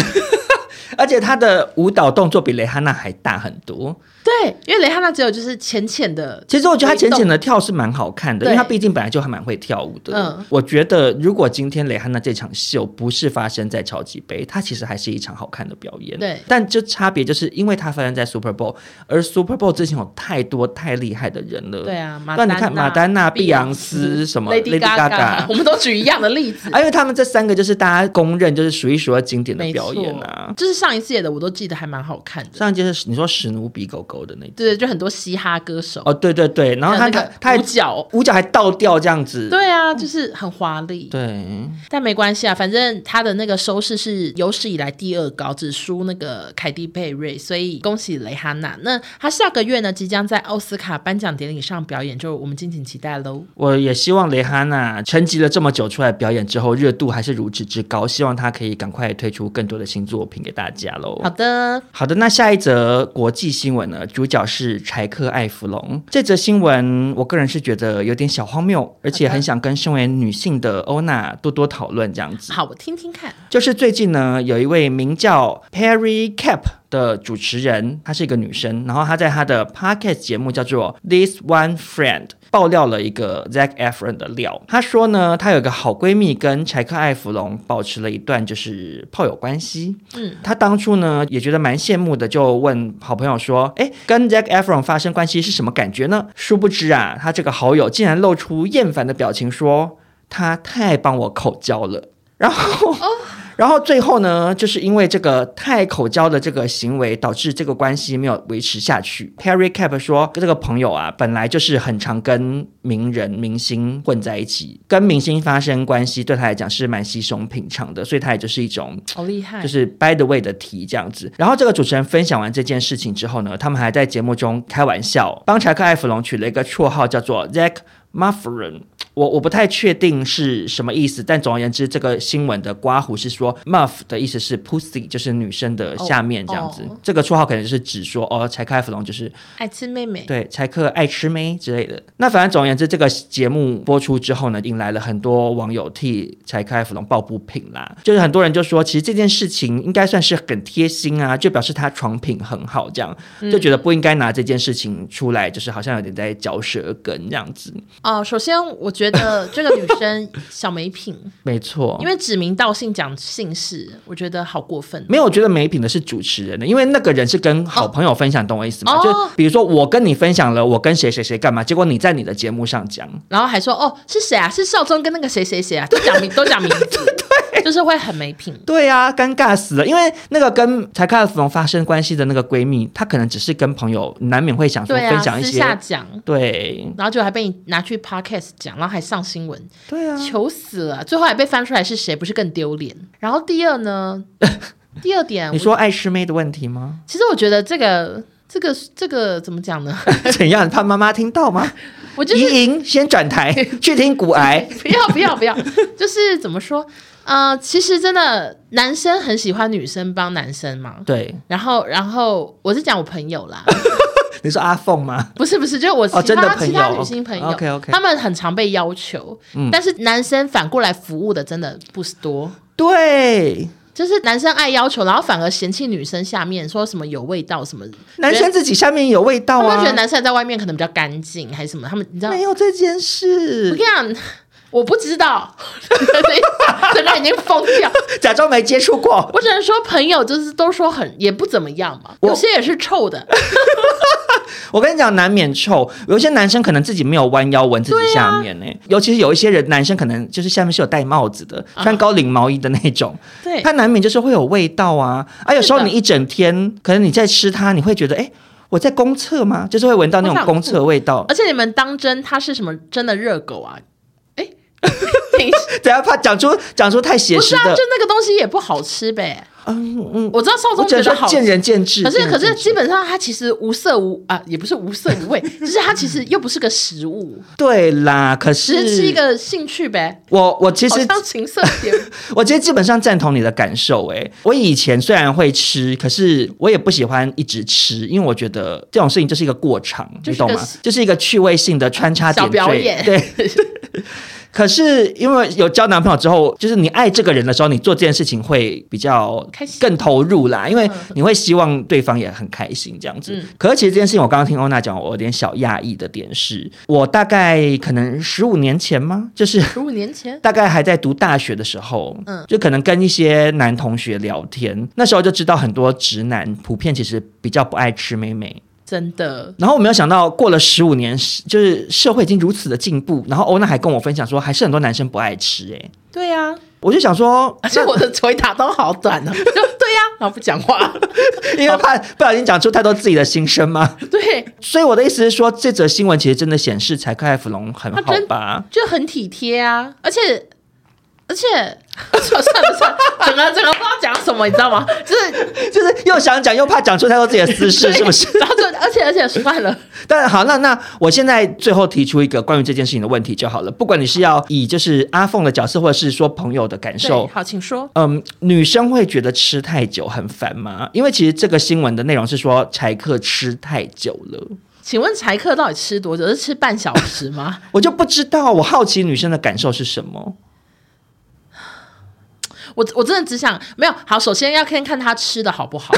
Speaker 2: 而且她的舞蹈动作比蕾哈娜还大很多。
Speaker 1: 对，因为蕾哈娜只有就是浅浅的
Speaker 2: 其实我觉得她浅浅的跳是蛮好看的，
Speaker 1: 对
Speaker 2: 因为她毕竟本来就还蛮会跳舞的。
Speaker 1: 嗯
Speaker 2: 我觉得如果今天蕾哈娜这场秀不是发生在超级杯，它其实还是一场好看的表演。
Speaker 1: 对
Speaker 2: 但就差别就是因为它发生在 Super Bowl，而 Super Bowl 之前有太多太厉害的人了。
Speaker 1: 对啊，马
Speaker 2: 那
Speaker 1: 丹
Speaker 2: 你
Speaker 1: 娜、
Speaker 2: 看马丹娜、碧昂斯什么
Speaker 1: Lady
Speaker 2: Gaga
Speaker 1: 我们都举一样的例子。
Speaker 2: 啊，因为他们这三个就是大家公认就是数一数二经典的
Speaker 1: 没
Speaker 2: 表
Speaker 1: 错
Speaker 2: 演啊。
Speaker 1: 就是上一届的我都记得还蛮好看的。
Speaker 2: 上一届是你说史努比狗狗的那一届
Speaker 1: 对，就很多嘻哈歌手，
Speaker 2: 哦，对对对，然后
Speaker 1: 还有
Speaker 2: 他
Speaker 1: 那
Speaker 2: 他
Speaker 1: 个
Speaker 2: 他还
Speaker 1: 舞脚，
Speaker 2: 五角还倒吊这样子，
Speaker 1: 对啊，就是很华丽。
Speaker 2: 对
Speaker 1: 但没关系啊，反正他的那个收视是有史以来第二高，只输那个凯蒂贝瑞，所以恭喜蕾哈娜。那她下个月呢，即将在奥斯卡颁奖典礼上表演，就我们敬请期待喽。
Speaker 2: 我也希望蕾哈娜沉寂了这么久出来表演之后，热度还是如此之高，希望她可以赶快推出更多的新作品给大家喽
Speaker 1: 好。的，
Speaker 2: 好的，那下一则国际新闻呢？主角是柴克艾弗隆。这则新闻，我个人是觉得有点小荒谬，而且
Speaker 1: 好的
Speaker 2: 很想跟身为女性的欧娜多多讨论这样子。
Speaker 1: 好，我听听看。
Speaker 2: 就是最近呢，有一位名叫 Perry Cap 的主持人，她是一个女生，然后她在她的 podcast 节目叫做《This One Friend》。爆料了一个 Zac Efron 的料，她说呢，她有一个好闺蜜跟柴克艾弗隆保持了一段就是炮友关系，
Speaker 1: 嗯，
Speaker 2: 她当初呢也觉得蛮羡慕的，就问好朋友说，哎，跟 Zac Efron 发生关系是什么感觉呢？殊不知啊，她这个好友竟然露出厌烦的表情说，他太帮我口交了，然后。然后最后呢，就是因为这个太口交的这个行为，导致这个关系没有维持下去。Perry Cap 说，这个朋友啊，本来就是很常跟名人、明星混在一起，跟明星发生关系，对他来讲是蛮稀松平常的，所以他也就是一种
Speaker 1: 好厉害，
Speaker 2: 就是 by the way 的题这样子。然后这个主持人分享完这件事情之后呢，他们还在节目中开玩笑，帮柴克艾弗隆取了一个绰号叫做 Zack Muffin。我我不太确定是什么意思，但总而言之，这个新闻的刮胡是说 muff 的意思是 pussy，就是女生的下面这样子。
Speaker 1: 哦哦
Speaker 2: 这个绰号可能就是指说哦，柴克艾弗隆就是
Speaker 1: 爱吃妹妹。
Speaker 2: 对，柴克爱吃妹之类的。那反正总而言之，这个节目播出之后呢，引来了很多网友替柴克艾弗隆抱不平啦。就是很多人就说，其实这件事情应该算是很贴心啊，就表示他床品很好，这样
Speaker 1: 嗯
Speaker 2: 就觉得不应该拿这件事情出来，就是好像有点在嚼舌根这样子。
Speaker 1: 哦，首先我觉
Speaker 2: <laughs>
Speaker 1: 得这个女生小没品，
Speaker 2: 没错，
Speaker 1: 因为指名道姓讲姓氏，我觉得好过分。
Speaker 2: 没有，我觉得没品的是主持人的，因为那个人是跟好朋友分享，懂我意思吗？
Speaker 1: 哦
Speaker 2: 就比如说我跟你分享了我跟谁谁谁干嘛，结果你在你的节目上讲， <laughs>
Speaker 1: 然后还说哦是谁啊？是少宗跟那个谁谁谁啊？都讲名都讲名字，就是会很没品。
Speaker 2: 对啊，尴尬死了！因为那个跟才看芙蓉发生关系的那个闺蜜，她可能只是跟朋友，难免会想说
Speaker 1: 对啊，
Speaker 2: 分享一
Speaker 1: 私
Speaker 2: 些，
Speaker 1: 下讲，
Speaker 2: 对
Speaker 1: 然后就还被你拿去 podcast 讲，然后还上新闻，
Speaker 2: 对啊，
Speaker 1: 求死了！最后还被翻出来是谁，不是更丢脸？然后第二
Speaker 2: <laughs>
Speaker 1: 呢，第二点，
Speaker 2: 你说爱师妹的问题吗？ <laughs>
Speaker 1: 其实我觉得这个这个这个怎么讲呢？
Speaker 2: 怎样？怕妈妈听到吗？
Speaker 1: 我 <laughs> 就是
Speaker 2: 怡莹先转
Speaker 1: <laughs>
Speaker 2: 台去听骨癌，
Speaker 1: 不要不要不 <laughs> 要，就是怎么说？呃，其实真的男生很喜欢女生帮男生嘛。
Speaker 2: 对，
Speaker 1: 然后，然后我是讲我朋友啦， <laughs>
Speaker 2: 你说阿凤吗？
Speaker 1: 不是不是，就是我其他、
Speaker 2: 哦真的朋友哦
Speaker 1: 其他女性朋友
Speaker 2: OK，OK 嗯
Speaker 1: 他们很常被要求，但是男生反过来服务的真的不多，
Speaker 2: 对，
Speaker 1: 就是男生爱要求，然后反而嫌弃女生下面说什么有味道什么，
Speaker 2: 男生自己下面有味道
Speaker 1: 他们
Speaker 2: 啊
Speaker 1: 觉，得男生在外面可能比较干净还是什么，他们你知道
Speaker 2: 没有这件
Speaker 1: 我
Speaker 2: 事
Speaker 1: 跟你，讲，我不知道， <laughs> 真的已经疯掉。
Speaker 2: 假装没接触过。
Speaker 1: 我只能说，朋友就是都说很也不怎么样嘛，
Speaker 2: 我
Speaker 1: 有些也是臭
Speaker 2: <laughs>
Speaker 1: 的，
Speaker 2: 我跟你讲，难免臭。有些男生可能自己没有弯腰闻自
Speaker 1: 啊
Speaker 2: 己下面呢、尤其是有一些人，男生可能就是下面是有戴帽子的，穿高领毛衣的那种，
Speaker 1: 啊对
Speaker 2: 他难免就是会有味道啊。啊，有时候
Speaker 1: 是的
Speaker 2: 你一整天，可能你在吃它，你会觉得，哎、我在公厕吗？就是会闻到那
Speaker 1: 我
Speaker 2: 种
Speaker 1: 想
Speaker 2: 公厕味
Speaker 1: <laughs>
Speaker 2: 道。
Speaker 1: 而且你们当真它是什么真的热狗啊？哎，
Speaker 2: <laughs>
Speaker 1: 等一下，
Speaker 2: 等一下怕讲出讲出太写
Speaker 1: 不
Speaker 2: 实
Speaker 1: 是啊，
Speaker 2: 的
Speaker 1: 就，那个东西也不好吃呗。
Speaker 2: 嗯嗯，
Speaker 1: 我知道少
Speaker 2: 我
Speaker 1: 宗
Speaker 2: 只
Speaker 1: 觉
Speaker 2: 能
Speaker 1: 得
Speaker 2: 说
Speaker 1: 好
Speaker 2: 见
Speaker 1: 吃。
Speaker 2: 仁见智。
Speaker 1: 可是，
Speaker 2: 见
Speaker 1: 可
Speaker 2: 仁
Speaker 1: 是
Speaker 2: 见智
Speaker 1: 基本上它其实无色无啊，也不是无色无味，就是它其实又不是个食物，
Speaker 2: 对啦，可
Speaker 1: 只
Speaker 2: 是
Speaker 1: 是吃一个兴趣呗，
Speaker 2: 我我其
Speaker 1: 好
Speaker 2: 实
Speaker 1: 像情色节目。
Speaker 2: 我其实基本上赞同你的感受、欸。我以前虽然会吃，可是我也不喜欢一直吃，因为我觉得这种事情就是一个过场，
Speaker 1: 就是
Speaker 2: 你懂吗
Speaker 1: 个？
Speaker 2: 就是一个趣味性的穿插点
Speaker 1: 小表
Speaker 2: 缀
Speaker 1: 演 <laughs>
Speaker 2: 对。可是因为有交男朋友之后，就是你爱这个人的时候，你做这件事情会比较
Speaker 1: 开心
Speaker 2: 更投入啦，因为
Speaker 1: 嗯
Speaker 2: 你会希望对方也很开心这样子。
Speaker 1: 嗯
Speaker 2: 可是其实这件事情，我刚刚听欧娜讲，我有点小讶异的点是，我大概可能十五年前吗？就是
Speaker 1: 十五年前， <laughs>
Speaker 2: 大概还在读大学的时候，
Speaker 1: 嗯
Speaker 2: 嗯，就可能跟一些男同学聊天，那时候就知道很多直男普遍其实比较不爱吃妹妹。
Speaker 1: 真的
Speaker 2: 然后我没有想到，过了十五年，就是社会已经如此的进步，然后欧娜还跟我分享说，还是很多男生不爱吃、欸，
Speaker 1: 对啊，
Speaker 2: 我就想说，
Speaker 1: 而且我的回答都好短
Speaker 2: <laughs>
Speaker 1: 哦，就对呀、然后不讲话， <laughs>
Speaker 2: 因为怕不小心讲出太多自己的心声嘛，
Speaker 1: 对，
Speaker 2: 所以我的意思是说，这则新闻其实真的显示柴克艾芙龙很好
Speaker 1: 他真
Speaker 2: 吧？
Speaker 1: 就很体贴啊，而且而且 <laughs> 算算了算了，整个整个不知道讲什么，你知道吗？就是
Speaker 2: 就是又想讲又怕讲出太多自己的私事，是不是？
Speaker 1: 对然后就而且而且算
Speaker 2: <laughs>
Speaker 1: 了，
Speaker 2: 但好，那那我现在最后提出一个关于这件事情的问题就好了。不管你是要以就是阿凤的角色，或者是说朋友的感
Speaker 1: 对，
Speaker 2: 受，
Speaker 1: 好，请说。
Speaker 2: 嗯，女生会觉得吃太久很烦吗？因为其实这个新闻的内容是说柴克吃太久了，
Speaker 1: 请问柴克到底吃多久？是吃半小时吗？ <laughs>
Speaker 2: 我就不知道，我好奇女生的感受是什么。
Speaker 1: 我我真的只想没有好，首先要先看他吃的好不好。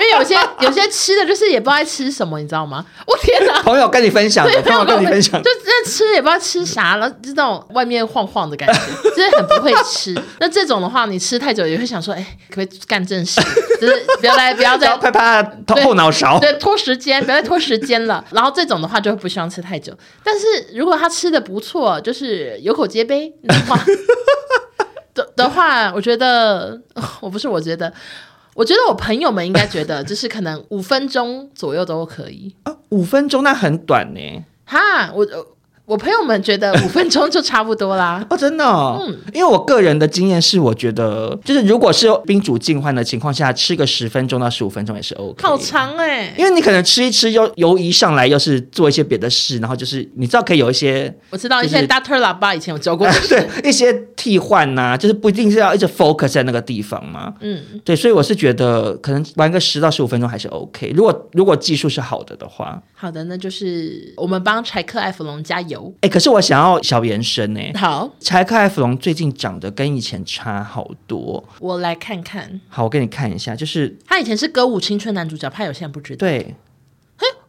Speaker 1: 因为有些有些吃的就是也不知道在吃什么，你知道吗？ <laughs> 我天哪！
Speaker 2: 朋友跟你分享
Speaker 1: 对，
Speaker 2: 的，
Speaker 1: 朋
Speaker 2: 朋
Speaker 1: 友
Speaker 2: 友
Speaker 1: 跟
Speaker 2: 跟
Speaker 1: 我
Speaker 2: 你
Speaker 1: 们
Speaker 2: 分
Speaker 1: 就
Speaker 2: 享的，
Speaker 1: 真的吃也不知道吃啥，然后就那种外面晃晃的感觉，就是很不会吃。那这种的话，你吃太久也会想说，哎、可不可以干正事？ <laughs> 就是不要再不要
Speaker 2: 然
Speaker 1: 再
Speaker 2: 后拍拍他
Speaker 1: 对
Speaker 2: 后脑勺。
Speaker 1: 对拖时间，不要再拖时间了。然后这种的话就会不希望吃太久。但是如果他吃的不错，就是有口皆碑的话 <laughs> 的的话，我觉得 <laughs> 我不是我觉得。我觉得我朋友们应该觉得，就是可能五分钟左右都可以。
Speaker 2: 啊，五分钟那很短呢、。
Speaker 1: 哈，我我我朋友们觉得五分钟就差不多啦 <laughs>
Speaker 2: 哦，真的、哦，
Speaker 1: 嗯
Speaker 2: 因为我个人的经验是，我觉得就是如果是宾主尽欢的情况下，吃个十分钟到十五分钟也是 OK。
Speaker 1: 好长哎、
Speaker 2: 因为你可能吃一吃又游移上来，又是做一些别的事，然后就是你知道可以有一些
Speaker 1: 我知道一
Speaker 2: 就
Speaker 1: 些
Speaker 2: 是
Speaker 1: Doctor 喇叭以前有教过 <laughs> 我
Speaker 2: <laughs> 对一些替换呐、就是不一定是要一直 focus 在那个地方嘛。
Speaker 1: 嗯，
Speaker 2: 对，所以我是觉得可能玩个十到十五分钟还是 OK。如果如果技术是好的的话，
Speaker 1: 好的，那就是我们帮柴克艾弗隆加油。
Speaker 2: 哎，可是我想要小延伸呢、
Speaker 1: 好，
Speaker 2: 柴克艾芙龙最近长得跟以前差好多。
Speaker 1: <laughs> 我来看看，
Speaker 2: 好，我给你看一下，就是
Speaker 1: 他以前是歌舞青春男主角，怕有些人不知道。
Speaker 2: 对，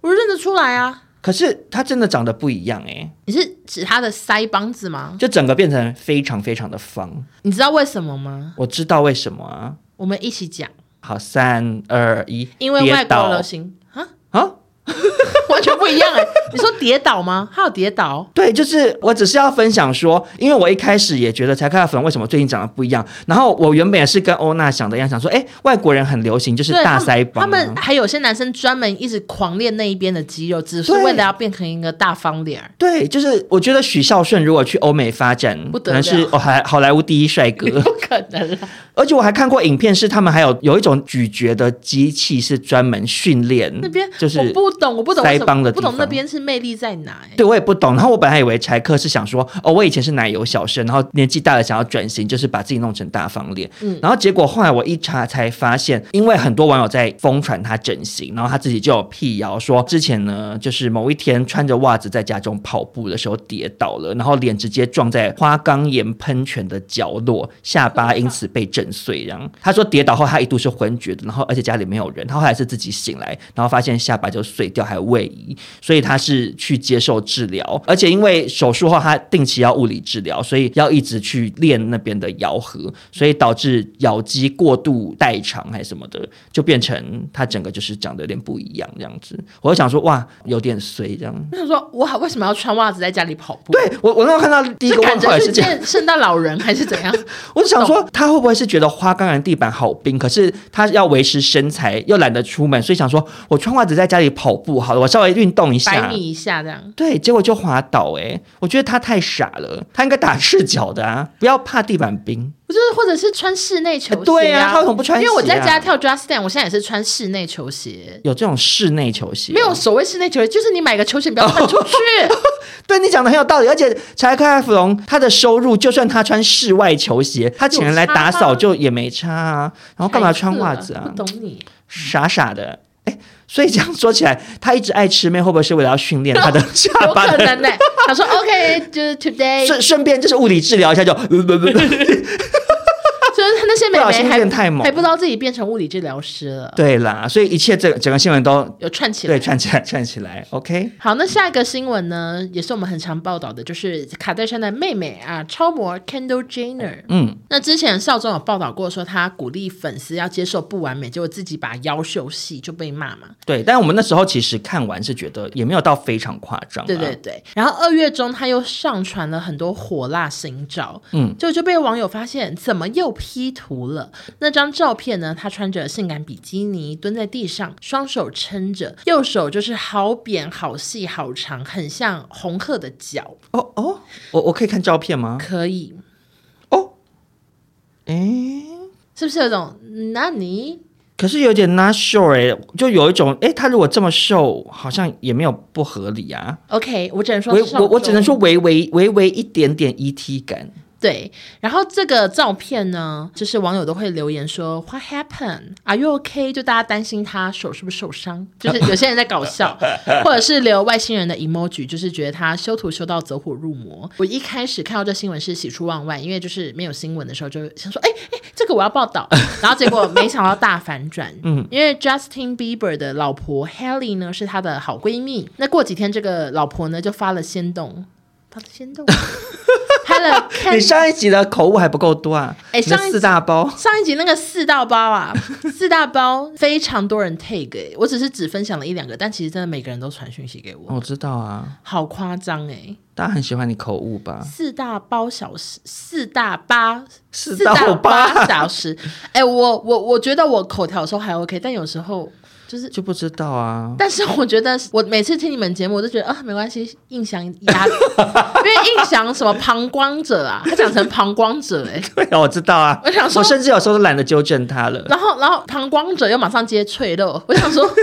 Speaker 1: 我认得出来啊，
Speaker 2: 可是他真的长得不一样哎、
Speaker 1: 你是指他的腮帮子吗？
Speaker 2: 就整个变成非常非常的方。
Speaker 1: 你知道为什么吗？
Speaker 2: 我知道为什么啊。
Speaker 1: 我们一起讲，
Speaker 2: 好，三二一，
Speaker 1: 因为
Speaker 2: 跌
Speaker 1: 外国
Speaker 2: 倒
Speaker 1: 流行啊，
Speaker 2: 啊，
Speaker 1: <laughs> 完全不一样哎、你说跌倒吗？还有跌倒，
Speaker 2: 对，就是我只是要分享说，因为我一开始也觉得才开粉为什么最近长得不一样，然后我原本也是跟欧娜想的一样，想说，哎，外国人很流行就是
Speaker 1: 对
Speaker 2: 大
Speaker 1: 他们
Speaker 2: 腮帮啊、
Speaker 1: 他们还有些男生专门一直狂练那一边的肌肉，只是
Speaker 2: 对
Speaker 1: 为了要变成一个大方脸
Speaker 2: <laughs>
Speaker 1: 儿。
Speaker 2: 对，就是我觉得许孝顺如果去欧美发展，
Speaker 1: 不得
Speaker 2: 可能是
Speaker 1: 了
Speaker 2: 哦好好莱坞第一帅
Speaker 1: <laughs>
Speaker 2: 哥。
Speaker 1: 不可能啦！
Speaker 2: 而且我还看过影片，是他们还有有一种咀嚼的机器是专门训练
Speaker 1: 那边
Speaker 2: 就是
Speaker 1: 我不懂，我不懂为
Speaker 2: 腮
Speaker 1: 什
Speaker 2: 帮
Speaker 1: 么，
Speaker 2: 的
Speaker 1: 我不懂
Speaker 2: 地
Speaker 1: 那
Speaker 2: 方
Speaker 1: 边是魅力在哪、欸。
Speaker 2: 对我也不懂。然后我本来以为柴克是想说，哦，我以前是奶油小生，然后年纪大了想要转型，就是把自己弄成大方脸。
Speaker 1: 嗯
Speaker 2: 然后结果后来我一查才发现，因为很多网友在疯传他整形，然后他自己就有辟谣说，之前呢就是某一天穿着袜子在家中跑步的时候跌倒了，然后脸直接撞在花岗岩喷泉的角落，下巴因此被震碎。这样嗯他说跌倒后他一度是昏厥的，然后而且家里没有人，他后来是自己醒来，然后发现下巴就碎掉，还有位移，所以他是去接受治疗，而且因为手术后他定期要物理治疗，所以要一直去练那边的咬合，所以导致咬肌过度代偿还是什么的，就变成他整个就是长得有点不一样这样子。我就想说，哇，有点衰这样。
Speaker 1: 我想说，我为什么要穿袜子在家里跑步？，
Speaker 2: 对我，我那时候看到第一
Speaker 1: 是
Speaker 2: 个
Speaker 1: 赶
Speaker 2: 问
Speaker 1: 着
Speaker 2: 号
Speaker 1: 去
Speaker 2: 也
Speaker 1: <laughs>
Speaker 2: 是这样，啊
Speaker 1: 见圣诞老人还是
Speaker 2: <laughs>
Speaker 1: 怎样？
Speaker 2: 我就想说他会不会是觉得花岗岩地板好冰，可是他要维持身材又懒得出门，所以想说我穿袜子在家里跑步好了，我稍微运动一下，
Speaker 1: 百米一下这样。
Speaker 2: 对，结果就滑倒哎、我觉得他太傻了，他应该打赤脚的啊，不要怕地板冰。
Speaker 1: 不就是，或者是穿室内球鞋、
Speaker 2: 哎对啊他为什么不穿
Speaker 1: 因为我
Speaker 2: 鞋啊
Speaker 1: 在家跳 Just Dance，我现在也是穿室内球鞋。
Speaker 2: 有这种室内球鞋，
Speaker 1: 没有所谓室内球鞋，就是你买个球鞋，你不要穿出去。
Speaker 2: 哦 <laughs> 对你讲的很有道理，而且柴克艾弗隆他的收入，就算他穿室外球鞋，他请人来打
Speaker 1: 有差
Speaker 2: 扫
Speaker 1: 吗
Speaker 2: 就也没差啊。然后干嘛穿袜子
Speaker 1: 不
Speaker 2: 啊？
Speaker 1: 懂你。
Speaker 2: 傻傻的。哎，所以这样说起来，他一直爱吃面，会不会是为了要训练他的下
Speaker 1: <laughs> 有
Speaker 2: 巴
Speaker 1: 可
Speaker 2: 的？
Speaker 1: 能呢、欸他说 OK，就是 today，
Speaker 2: 顺顺便就是物理治疗一下就， <laughs> 不不不，
Speaker 1: 就是那些美
Speaker 2: 不小
Speaker 1: 眉
Speaker 2: 心
Speaker 1: 还
Speaker 2: 变太猛
Speaker 1: 还不知道自己变成物理治疗师了，
Speaker 2: 对啦，所以一切整整个新闻都
Speaker 1: 有串起来。
Speaker 2: 对串起来串起来，OK。
Speaker 1: 好，那下一个新闻呢，也是我们很常报道的，就是卡戴珊的妹妹啊，超模 Kendall Jenner。
Speaker 2: 嗯，
Speaker 1: 那之前少总有报道过，说她鼓励粉丝要接受不完美，结果自己把腰修细就被骂嘛。
Speaker 2: 对，但我们那时候其实看完是觉得也没有到非常夸张、啊，
Speaker 1: 对对，对。然后二月中，她又上传了很多火辣新照，嗯，就就被网友发现，怎么又 P 图了？那张照片呢，她穿着性感比基尼，蹲在地上，双手撑着，右手就是好扁、好细、好长，很像红鹤的脚，
Speaker 2: 哦哦，我我可以看照片吗？
Speaker 1: 可以。
Speaker 2: 哦，诶，
Speaker 1: 是不是有种嗯那你
Speaker 2: 可是有点 not sure 哎、就有一种哎、他如果这么瘦，好像也没有不合理啊。
Speaker 1: OK？我只能说
Speaker 2: 我
Speaker 1: 上周
Speaker 2: 我我只能说微微微微一点点 ET 感，
Speaker 1: 对。然后这个照片呢，就是网友都会留言说 What happened? Are you OK？就大家担心他手是不是受伤，就是有些人在搞
Speaker 2: <laughs>
Speaker 1: 笑，或者是留外星人的 emoji，就是觉得他修图修到走火入魔。我一开始看到这新闻是喜出望外，因为就是没有新闻的时候就想说，哎哎，这个我要报道。
Speaker 2: <laughs>
Speaker 1: 然后结果没想到大反转，嗯，因为 Justin Bieber 的老婆 Haley 呢是他的好闺蜜，那过几天这个老婆呢就发了仙动。发了仙
Speaker 2: <laughs>
Speaker 1: 动，拍了看
Speaker 2: 你上一集的口误还不够多啊！
Speaker 1: 哎
Speaker 2: 你的
Speaker 1: 上一集
Speaker 2: 四大包，
Speaker 1: 上一集那个四大包啊， <laughs> 四大包非常多人 take，、欸、我只是只分享了一两个，但其实真的每个人都传讯息给我，
Speaker 2: 我知道啊，
Speaker 1: 好夸张哎！
Speaker 2: 大家很喜欢你口误吧？
Speaker 1: 四大包小时，四大八，
Speaker 2: 四
Speaker 1: 大
Speaker 2: 到八
Speaker 1: 八小时， <laughs> 哎、我我我觉得我口条的时候还 OK，但有时候就是。
Speaker 2: <laughs> 就不知道啊。
Speaker 1: 但是我觉得，我每次听你们节目，我都觉得啊，没关系，印象压， <laughs> 因为印象什么旁观者啊，他讲成旁观者哎、
Speaker 2: <laughs> 对啊，我知道啊。
Speaker 1: 我想说
Speaker 2: 我甚至有时候都懒得纠正他 <laughs> 了。
Speaker 1: 然后，然后旁观者又马上接脆肉，我想说， <laughs>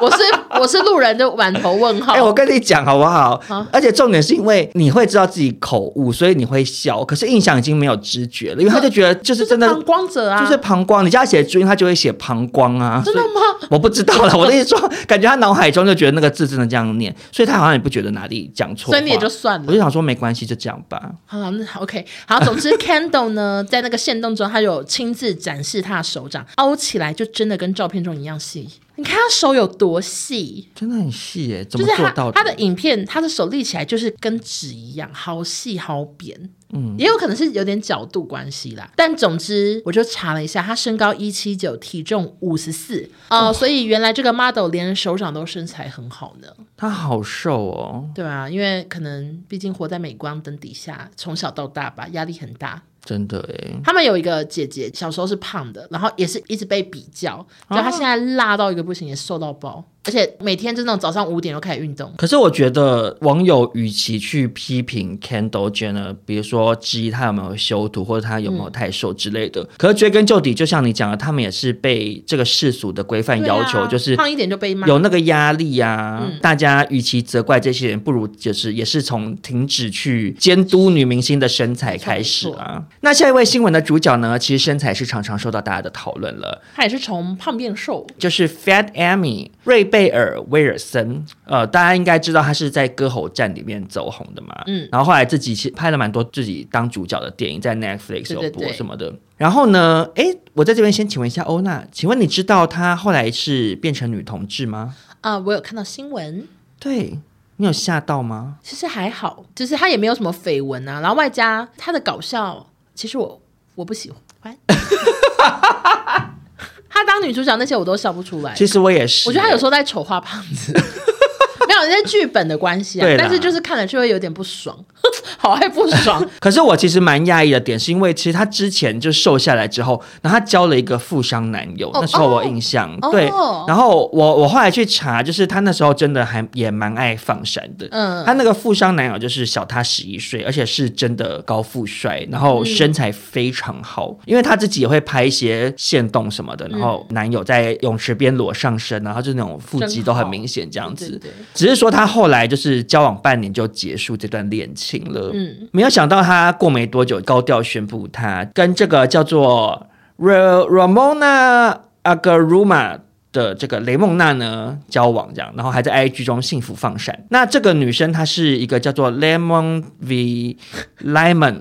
Speaker 1: 我是我是路人，就满头问号。
Speaker 2: 哎、我跟你讲好不好？
Speaker 1: 好
Speaker 2: 而且重点是因为你会知道自己口误，所以你会笑。可是印象已经没有知觉了，因为他就觉得就是真的
Speaker 1: 旁观者啊，
Speaker 2: 就是膀胱，你叫他写注音，他就会写膀胱啊。
Speaker 1: 真的
Speaker 2: 所以
Speaker 1: 吗？
Speaker 2: 我不知道啦，我的意思说，感觉他脑海中就觉得那个字真的这样念，所以他好像也不觉得哪里讲错话。
Speaker 1: 所以你也就算
Speaker 2: 我
Speaker 1: 了。
Speaker 2: 就想说没关系，就这样吧。
Speaker 1: 好了，那 OK，好，总之 <laughs> Candle 呢，在那个线动中，他有亲自展示他的手掌凹起来，就真的跟照片中一样细。你看他手有多细，
Speaker 2: 真的很细耶，怎
Speaker 1: 就
Speaker 2: 么
Speaker 1: 是
Speaker 2: 做
Speaker 1: 他
Speaker 2: 到
Speaker 1: 他的影片，他的手立起来就是跟纸一样，好细好扁。嗯，也有可能是有点角度关系啦，但总之我就查了一下，他身高一七九，体重五十四，哦，所以原来这个 model 连手掌都身材很好呢。
Speaker 2: 他好瘦哦，
Speaker 1: 对啊，因为可能毕竟活在镁光灯底下，从小到大吧，压力很大。
Speaker 2: 真的哎，
Speaker 1: 他们有一个姐姐，小时候是胖的，然后也是一直被比较，就
Speaker 2: 哦
Speaker 1: 她现在辣到一个不行，也瘦到爆，而且每天就那种早上五点就开始运动。
Speaker 2: 可是我觉得网友与其去批评 Kendall Jenner，比如说质疑他有没有修图或者他有
Speaker 1: 嗯
Speaker 2: 没有太瘦之类的，可是追根究底，就像你讲的，他们也是被这个世俗的规范
Speaker 1: 对啊
Speaker 2: 要求，就是
Speaker 1: 胖一点就被骂。
Speaker 2: 有那个压力呀、
Speaker 1: 嗯
Speaker 2: 大家与其责怪这些人，不如就是也是从停止去监督女明星的身材开始啊。那下一位新闻的主角呢，其实身材是常常受到大家的讨论了，
Speaker 1: 她也是从胖变瘦，
Speaker 2: 就是 Fat Amy 瑞贝尔威尔森。呃，大家应该知道她是在歌喉战里面走红的嘛，
Speaker 1: 嗯
Speaker 2: 嗯，然后后来自己其实拍了蛮多自己当主角的电影，在 Netflix
Speaker 1: 对
Speaker 2: 有
Speaker 1: 对
Speaker 2: 播
Speaker 1: 对
Speaker 2: 什么的。然后呢？诶，我在这边先请问一下欧娜，请问你知道她后来是变成女同志吗？
Speaker 1: 啊、我有看到新闻，
Speaker 2: 对你有吓到吗？
Speaker 1: 其实还好，就是她也没有什么绯闻啊，然后外加她的搞笑，其实我我不喜欢。
Speaker 2: <laughs>
Speaker 1: 她当女主角那些我都笑不出来，
Speaker 2: 哎其实我也是，
Speaker 1: 我觉得他有时
Speaker 2: 候
Speaker 1: 候在丑化胖
Speaker 2: <laughs>
Speaker 1: 子，没有，因为剧本的关系啊
Speaker 2: 对。啦
Speaker 1: 但是就是看了就会有点不爽， <laughs> 好爱不爽。
Speaker 2: 可是我其实蛮讶异的点，是因为其实她之前就瘦下来之后，然后她交了一个富商男友，
Speaker 1: 哦
Speaker 2: 那时候我有印象、
Speaker 1: 哦
Speaker 2: 对
Speaker 1: 哦。
Speaker 2: 然后我我后来去查，就是她那时候真的还也蛮爱放闪的。
Speaker 1: 嗯
Speaker 2: 她那个富商男友就是小她十一岁，而且是真的高富帅，
Speaker 1: 嗯
Speaker 2: 然后身材非常好，因为她自己也会拍一些线动什么的，
Speaker 1: 嗯
Speaker 2: 然后男友在泳池边裸上身，然后就那种腹肌都很明显这样子。
Speaker 1: 对对对
Speaker 2: 只是说她后来就是交往半年就结束这段恋情了。
Speaker 1: 嗯
Speaker 2: 嗯，没有想到她过没多久高调宣布她跟这个叫做 Ra- Ramona Agaruma。的这个雷梦娜呢交往这样，然后还在 IG 中幸福放闪。那这个女生她是一个叫做 Lemon V
Speaker 1: <laughs>
Speaker 2: Lemon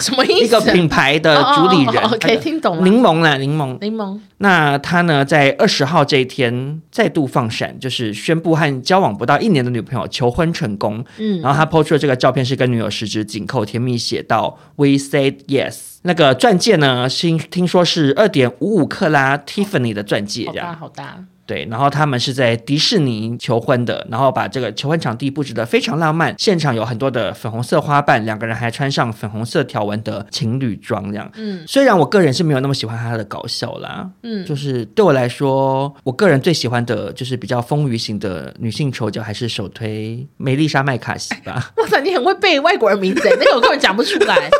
Speaker 1: 什么意
Speaker 2: 一
Speaker 1: 思
Speaker 2: 个
Speaker 1: 啊？
Speaker 2: 品牌的主理人
Speaker 1: 哦哦哦哦，OK，听懂了
Speaker 2: 柠檬啦，柠檬。
Speaker 1: 柠檬
Speaker 2: 那他呢，在二十号这一天再度放闪，就是宣布和交往不到一年的女朋友求婚成功。
Speaker 1: 嗯
Speaker 2: 嗯，然后他抛出的这个照片是跟女友十指紧扣，甜蜜写到 “We said yes”。那个钻戒呢，听听说是二点五五克拉 Tiffany 的钻戒，
Speaker 1: 好
Speaker 2: 这
Speaker 1: 大
Speaker 2: 样
Speaker 1: 好大，
Speaker 2: 对。然后他们是在迪士尼求婚的，然后把这个求婚场地布置得非常浪漫，现场有很多的粉红色花瓣，两个人还穿上粉红色条纹的情侣装，这样。
Speaker 1: 嗯
Speaker 2: 虽然我个人是没有那么喜欢他的搞笑啦，
Speaker 1: 嗯
Speaker 2: 就是对我来说，我个人最喜欢的就是比较丰腴型的女性丑角，还是首推梅丽莎麦卡锡吧， <laughs>
Speaker 1: 哇塞，你很会背外国人名字欸，那个我根本讲不出来。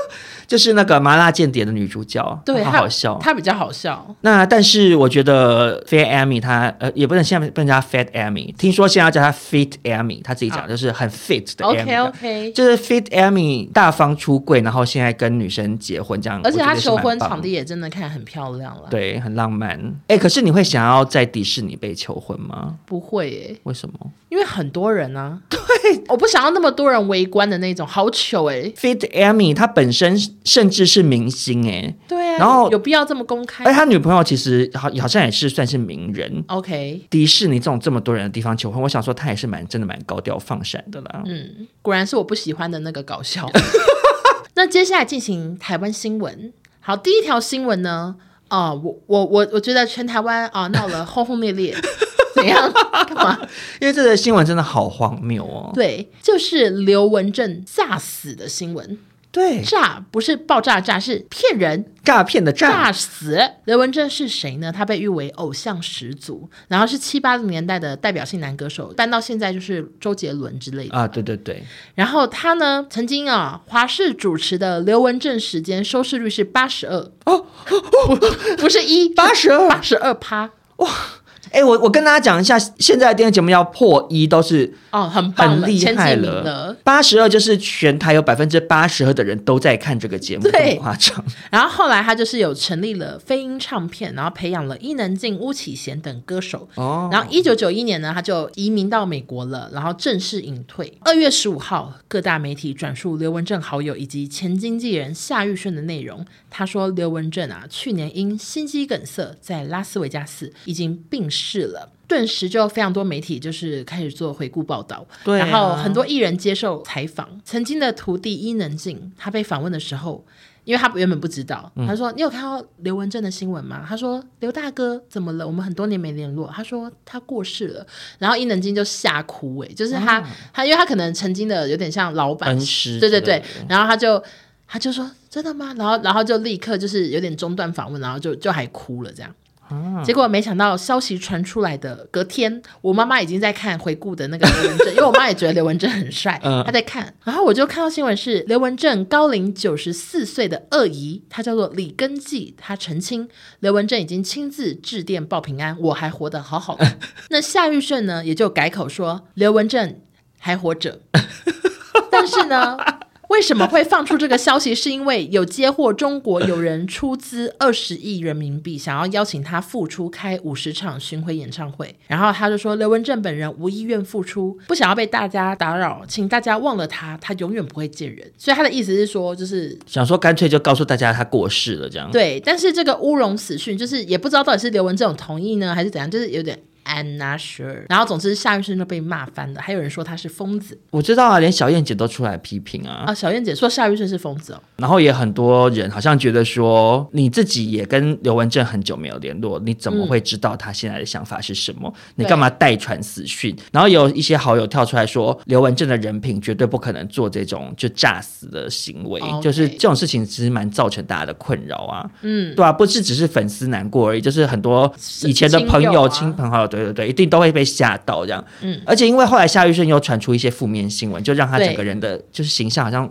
Speaker 2: 就是那个麻辣间谍的女主角，
Speaker 1: 对，
Speaker 2: 好
Speaker 1: 她
Speaker 2: 好笑。
Speaker 1: 她比较好笑。
Speaker 2: 那但是我觉得 Fat Amy 她呃也不能现在不能叫她 Fat Amy，听说现在要叫她 Fit Amy，她自己
Speaker 1: 啊
Speaker 2: 讲就是很 fit 的 Amy 这
Speaker 1: OK
Speaker 2: 样。
Speaker 1: OK，
Speaker 2: 就是 Fit Amy 大方出柜，然后现在跟女生结婚这样，
Speaker 1: 而且
Speaker 2: 我觉
Speaker 1: 她
Speaker 2: 得是
Speaker 1: 求
Speaker 2: 蛮
Speaker 1: 婚
Speaker 2: 棒
Speaker 1: 场
Speaker 2: 的
Speaker 1: 地也真的看很漂亮了。，
Speaker 2: 对，很浪漫。哎，可是你会想要在迪士尼被求婚吗？
Speaker 1: 不会耶，
Speaker 2: 为什么
Speaker 1: 因为很多人啊。 <laughs> 对，我不想要那么多人围观的那种，好糗哎。
Speaker 2: ？Fit Amy 她本身甚至是明星哎，
Speaker 1: 对啊，
Speaker 2: 然后哎
Speaker 1: 有必要这么公开
Speaker 2: 而她女朋友其实好好像也是算是名人。
Speaker 1: ？OK，
Speaker 2: 迪士尼这种这么多人的地方求婚，我想说她也是蛮真的蛮高调放闪的啦。
Speaker 1: 嗯，果然是我不喜欢的那个搞笑。 <laughs> 那接下来进行台湾新闻。好，第一条新闻呢，啊、我我我我觉得全台湾啊、闹了轰轰烈烈，怎样？干嘛？
Speaker 2: 因为这则新闻真的好荒谬哦。
Speaker 1: 对，就是刘文正诈死的新闻。
Speaker 2: 对，
Speaker 1: 诈不是爆炸的诈，是骗人
Speaker 2: 诈骗的
Speaker 1: 炸
Speaker 2: 诈，
Speaker 1: 死！刘文正是谁呢？他被誉为偶像始祖，然后是七八零年代的代表性男歌手，搬到现在就是周杰伦之类的。
Speaker 2: 啊，对对对，
Speaker 1: 然后他呢，曾经啊，华视主持的《刘文正时间》收视率是八十二，
Speaker 2: 哦，
Speaker 1: 不是一
Speaker 2: 八十二
Speaker 1: 八，十二趴
Speaker 2: 哎，我我跟大家讲一下，现在的电视节目要破一都是
Speaker 1: 哦，很棒
Speaker 2: 很
Speaker 1: 了，
Speaker 2: 厉
Speaker 1: 前
Speaker 2: 害
Speaker 1: 几名
Speaker 2: 了
Speaker 1: 了。，
Speaker 2: 八十二就是全台有百分之八十二的人都在看这个节目，
Speaker 1: 对
Speaker 2: 很夸张。
Speaker 1: 然后后来他就是有成立了飞鹰唱片，然后培养了伊能静、巫启贤等歌手。
Speaker 2: 哦
Speaker 1: 然后一九九一年呢，他就移民到美国了，然后正式隐退。二月十五号，各大媒体转述刘文正好友以及前经纪人夏玉顺的内容。他说，刘文正啊，去年因心肌梗塞在拉斯维加斯已经病事了。顿时就非常多媒体就是开始做回顾报道，
Speaker 2: 对啊
Speaker 1: 然后很多艺人接受采访。曾经的徒弟伊能静，他被访问的时候，因为他原本不知道，
Speaker 2: 嗯
Speaker 1: 他说：“你有看到刘文正的新闻吗？”他说：“刘大哥怎么了？我们很多年没联络。”他说：“他过世了。”然后伊能静就吓哭、欸，就是他、他，因为他可能曾经的有点像老板
Speaker 2: 哦恩师
Speaker 1: 对对
Speaker 2: 之
Speaker 1: 对
Speaker 2: 类的，
Speaker 1: 然后他就他就说真的吗？然后然后就立刻就是有点中断访问，然后就就还哭了这样。结果没想到消息传出来的隔天，我妈妈已经在看回顾的那个刘文正，因为我妈也觉得刘文正很帅，
Speaker 2: 嗯
Speaker 1: 她在看。然后我就看到新闻是刘文正高龄九十四岁的二姨，她叫做李根纪，她澄清刘文正已经亲自致电报平安，我还活得好好的。那夏玉顺呢，也就改口说刘文正还活着。但是呢，为什么会放出这个消息？是因为有接获中国有人出资二十亿人民币，想要邀请他复出开五十场巡回演唱会。然后他就说，刘文正本人无意愿复出，不想要被大家打扰，请大家忘了他，他永远不会见人。所以他的意思是说，就是
Speaker 2: 想说干脆就告诉大家他过世了这样。
Speaker 1: 对，但是这个乌龙死讯，就是也不知道到底是刘文正有同意呢，还是怎样，就是有点 I'm not sure。然后总之夏玉顺就被骂翻了，还有人说他是疯子
Speaker 2: 我知道啊，连小燕姐都出来批评啊，
Speaker 1: 啊。小燕姐说夏玉顺是疯子哦，
Speaker 2: 然后也很多人好像觉得说，你自己也跟刘文正很久没有联络，你怎么会知道他现在的想法是什么？你干嘛代传死讯？然后有一些好友跳出来说，刘文正的人品绝对不可能做这种就诈死的行为
Speaker 1: OK
Speaker 2: 就是这种事情其实蛮造成大家的困扰啊。
Speaker 1: 嗯。
Speaker 2: 对啊，不是只是粉丝难过而已，就是很多以前的朋
Speaker 1: 亲友
Speaker 2: 友、
Speaker 1: 啊
Speaker 2: 亲朋好友，对对对，一定都会被吓到这样。
Speaker 1: 嗯，
Speaker 2: 而且因为后来夏玉顺又传出一些负面新闻，就让他
Speaker 1: 对
Speaker 2: 整个人的就是形象好像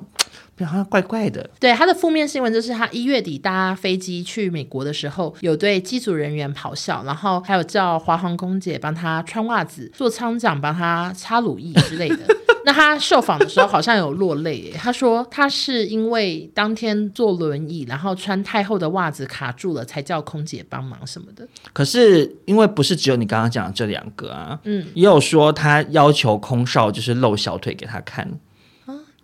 Speaker 2: 好像怪怪的。
Speaker 1: 对，他的负面新闻就是他一月底搭飞机去美国的时候，有对机组人员咆哮，然后还有叫华航空姐帮他穿袜子，做舱长帮他擦乳液之类的。
Speaker 2: <laughs>
Speaker 1: 那他受访的时候好像有落泪耶，他说他是因为当天坐轮椅，然后穿太厚的袜子卡住了，才叫空姐帮忙什么的。
Speaker 2: 可是因为不是只有你刚刚讲的这两个啊，
Speaker 1: 嗯，
Speaker 2: 也有说他要求空少就是露小腿给他看，
Speaker 1: 啊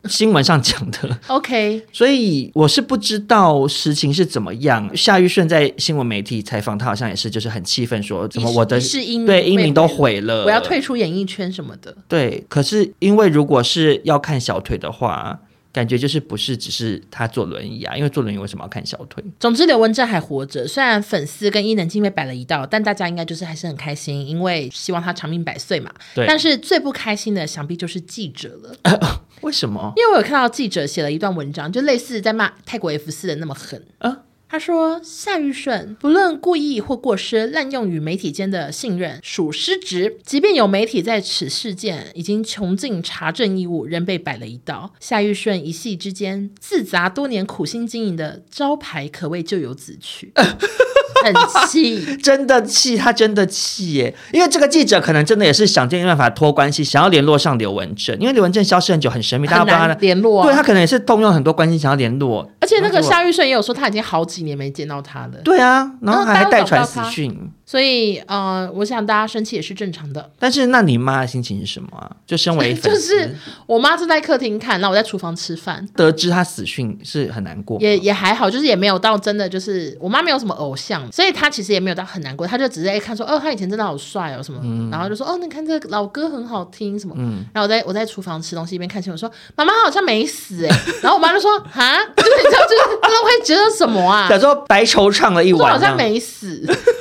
Speaker 2: 新闻上讲的， <laughs>
Speaker 1: OK，
Speaker 2: 所以我是不知道实情是怎么样。夏玉顺在新闻媒体采访他，好像也是就是很气愤，说怎么我的
Speaker 1: 一世英名
Speaker 2: 对
Speaker 1: 被
Speaker 2: 英名都
Speaker 1: 毁了
Speaker 2: 毁了，
Speaker 1: 我要退出演艺圈什么的。
Speaker 2: 对，可是因为如果是要看小腿的话，感觉就是不是只是他坐轮椅啊？因为坐轮椅为什么要看小腿？
Speaker 1: 总之，刘文正还活着，虽然粉丝跟伊能静被摆了一道，但大家应该就是还是很开心，因为希望他长命百岁嘛。
Speaker 2: 对
Speaker 1: 但是最不开心的，想必就是记者了，
Speaker 2: 为什么？
Speaker 1: 因为我有看到记者写了一段文章，就类似在骂泰国 F 四的那么狠。
Speaker 2: 啊
Speaker 1: 他说：“夏玉顺不论故意或过失，滥用与媒体间的信任属失职。即便有媒体在此事件已经穷尽查证义务，仍被摆了一道。夏玉顺一夕之间自砸多年苦心经营的招牌，可谓咎由自
Speaker 2: <laughs>
Speaker 1: 取，很气。
Speaker 2: 真的气，他真的气耶！因为这个记者可能真的也是想尽办法托关系，想要联络上刘文正，因为刘文正消失很久，很神秘，大家
Speaker 1: 很
Speaker 2: 不知道他
Speaker 1: 难
Speaker 2: 的。
Speaker 1: 联络、
Speaker 2: 对他
Speaker 1: 啊。
Speaker 2: 可能也是动用很多关系想要联络，
Speaker 1: 而且那个
Speaker 2: 然后结果
Speaker 1: 夏玉顺也有说，他已经好几年没见到他了。
Speaker 2: 对啊，然后
Speaker 1: 嗯大
Speaker 2: 还
Speaker 1: 家都
Speaker 2: 代
Speaker 1: 找不
Speaker 2: 传
Speaker 1: 到
Speaker 2: 死
Speaker 1: 他
Speaker 2: 讯。
Speaker 1: 所以，呃，我想大家生气也是正常的。
Speaker 2: 但是那你妈的心情是什么啊？ <laughs> 就身
Speaker 1: <laughs>
Speaker 2: 为粉
Speaker 1: 就
Speaker 2: 丝，
Speaker 1: 是我妈正在客厅看，那我在厨房吃饭。
Speaker 2: 得知他死讯是很难过吗，
Speaker 1: 也也还好，就是也没有到真的就是我妈没有什么偶像，所以她其实也没有到很难过，她就只是在看说，哦，他以前真的好帅哦什么，
Speaker 2: 嗯
Speaker 1: 然后就说，哦，你看这个老歌很好听什么，然后我在我在厨房吃东西一边看新闻说，妈妈好像没死哎、然后我妈就说，哈， <laughs> 就是你知道就是真的会觉得什么啊
Speaker 2: 假，装白惆怅了一
Speaker 1: 说
Speaker 2: 晚
Speaker 1: 好
Speaker 2: 这样。
Speaker 1: 像没死， <laughs>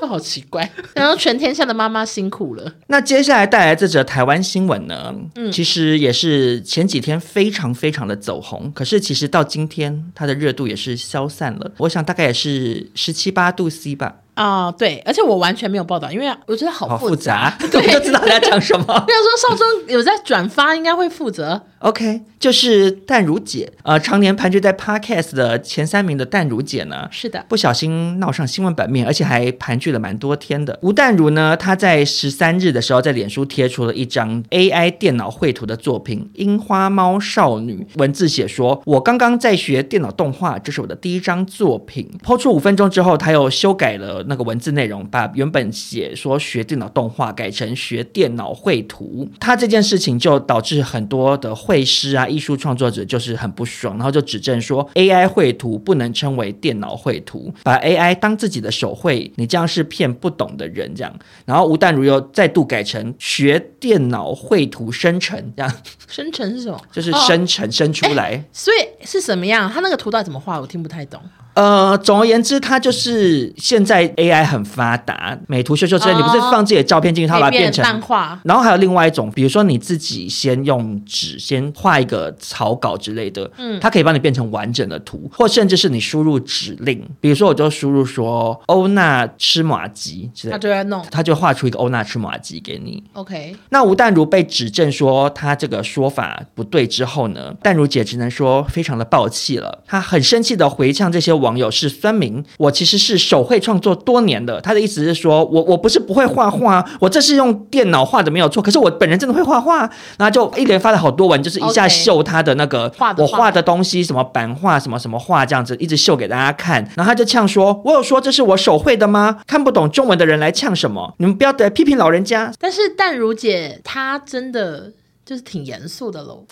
Speaker 1: 就好奇怪，然后全天下的妈妈辛苦了，
Speaker 2: 那接下来带来这则台湾新闻呢？嗯，其实也是前几天非常非常的走红，可是其实到今天它的热度也是消散了。我想大概也是十七八度 C 吧，
Speaker 1: 啊、对，而且我完全没有报道，因为我觉得
Speaker 2: 好
Speaker 1: 好
Speaker 2: 复
Speaker 1: 复杂，
Speaker 2: 杂， <laughs> 我就知道你在讲什么。
Speaker 1: 比如说少中有在转发，应该会负责。
Speaker 2: OK，就是淡如姐，呃，常年盘踞在 Podcast 的前三名的淡如姐呢，
Speaker 1: 是的，
Speaker 2: 不小心闹上新闻版面，而且还盘踞了蛮多天的。吴淡如呢，她在十三日的时候在脸书贴出了一张 AI 电脑绘图的作品《樱花猫少女》，文字写说：“我刚刚在学电脑动画，这是我的第一张作品。”抛出五分钟之后，她又修改了那个文字内容，把原本写说学电脑动画改成学电脑绘图，他这件事情就导致很多的绘师啊、艺术创作者就是很不爽，然后就指正说 AI 绘图不能称为电脑绘图，把 AI 当自己的手绘，你这样是骗不懂的人这样。然后吴淡如又再度改成学电脑绘图生成，这样
Speaker 1: 生成是什么？
Speaker 2: 就是
Speaker 1: 哦
Speaker 2: 生成、生出来。
Speaker 1: 所以是什么样？他那个图到底怎么画？我听不太懂。
Speaker 2: 呃，总而言之，它就是现在 AI 很发达，美图秀秀之类，
Speaker 1: 哦
Speaker 2: 你不是放自己的照片进去，它
Speaker 1: 可
Speaker 2: 把
Speaker 1: 以
Speaker 2: 它
Speaker 1: 变
Speaker 2: 变
Speaker 1: 成
Speaker 2: 成。
Speaker 1: 漫画。
Speaker 2: 然后还有另外一种，比如说你自己先用纸先画一个草稿之类的，
Speaker 1: 嗯
Speaker 2: 它可以帮你变成完整的图，或甚至是你输入指令，比如说我就输入说欧娜吃马吉之类
Speaker 1: 他
Speaker 2: 的，
Speaker 1: 就在弄
Speaker 2: 它就画出一个欧娜吃马吉给你。
Speaker 1: ，OK，
Speaker 2: 那吴淡如被指正说他这个说法不对之后呢，淡如姐只能说非常的抱气了。她很生气的回呛这些网友是酸民，我其实是手绘创作多年的。她的意思是说我我不是不会画画，啊我这是用电脑画的没有错，可是我本人真的会画画。然后就一连发了好多文，就是一下
Speaker 1: OK
Speaker 2: 秀她的那个
Speaker 1: 画的
Speaker 2: 我
Speaker 1: 画
Speaker 2: 画的东西，什么版画什么什么画这样子，一直秀给大家看。然后她就呛说，我有说这是我手绘的吗？看不懂中文的人来呛什么？你们不要得批评老人家， <laughs>
Speaker 1: 但是淡如姐她真的就是挺严肃的喽。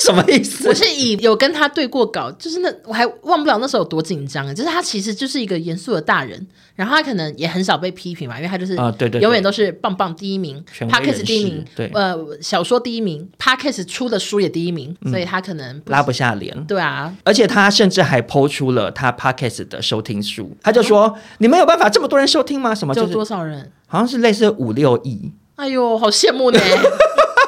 Speaker 2: 什么意思
Speaker 1: 我？是以有跟她对过稿，就是那我还忘不了那时候有多紧张啊。就是她其实就是一个严肃的大人，然后她可能也很少被批评嘛，因为她就是
Speaker 2: 啊对对对
Speaker 1: 永远都是棒棒第一名
Speaker 2: 权威人士
Speaker 1: ，Podcast 第一名，
Speaker 2: 对
Speaker 1: 呃，小说第一名，Podcast 出的书也第一
Speaker 2: 嗯
Speaker 1: 名，所以她可能不
Speaker 2: 拉不下脸。
Speaker 1: 对啊，
Speaker 2: 而且他甚至还抛出了他 podcast 的收听数，他就说：“你们有办法这么多人收听吗？什么就
Speaker 1: 哦就是多少人？
Speaker 2: 好像是类似五六亿，
Speaker 1: 哎呦，好羡
Speaker 2: <laughs>
Speaker 1: 慕呢。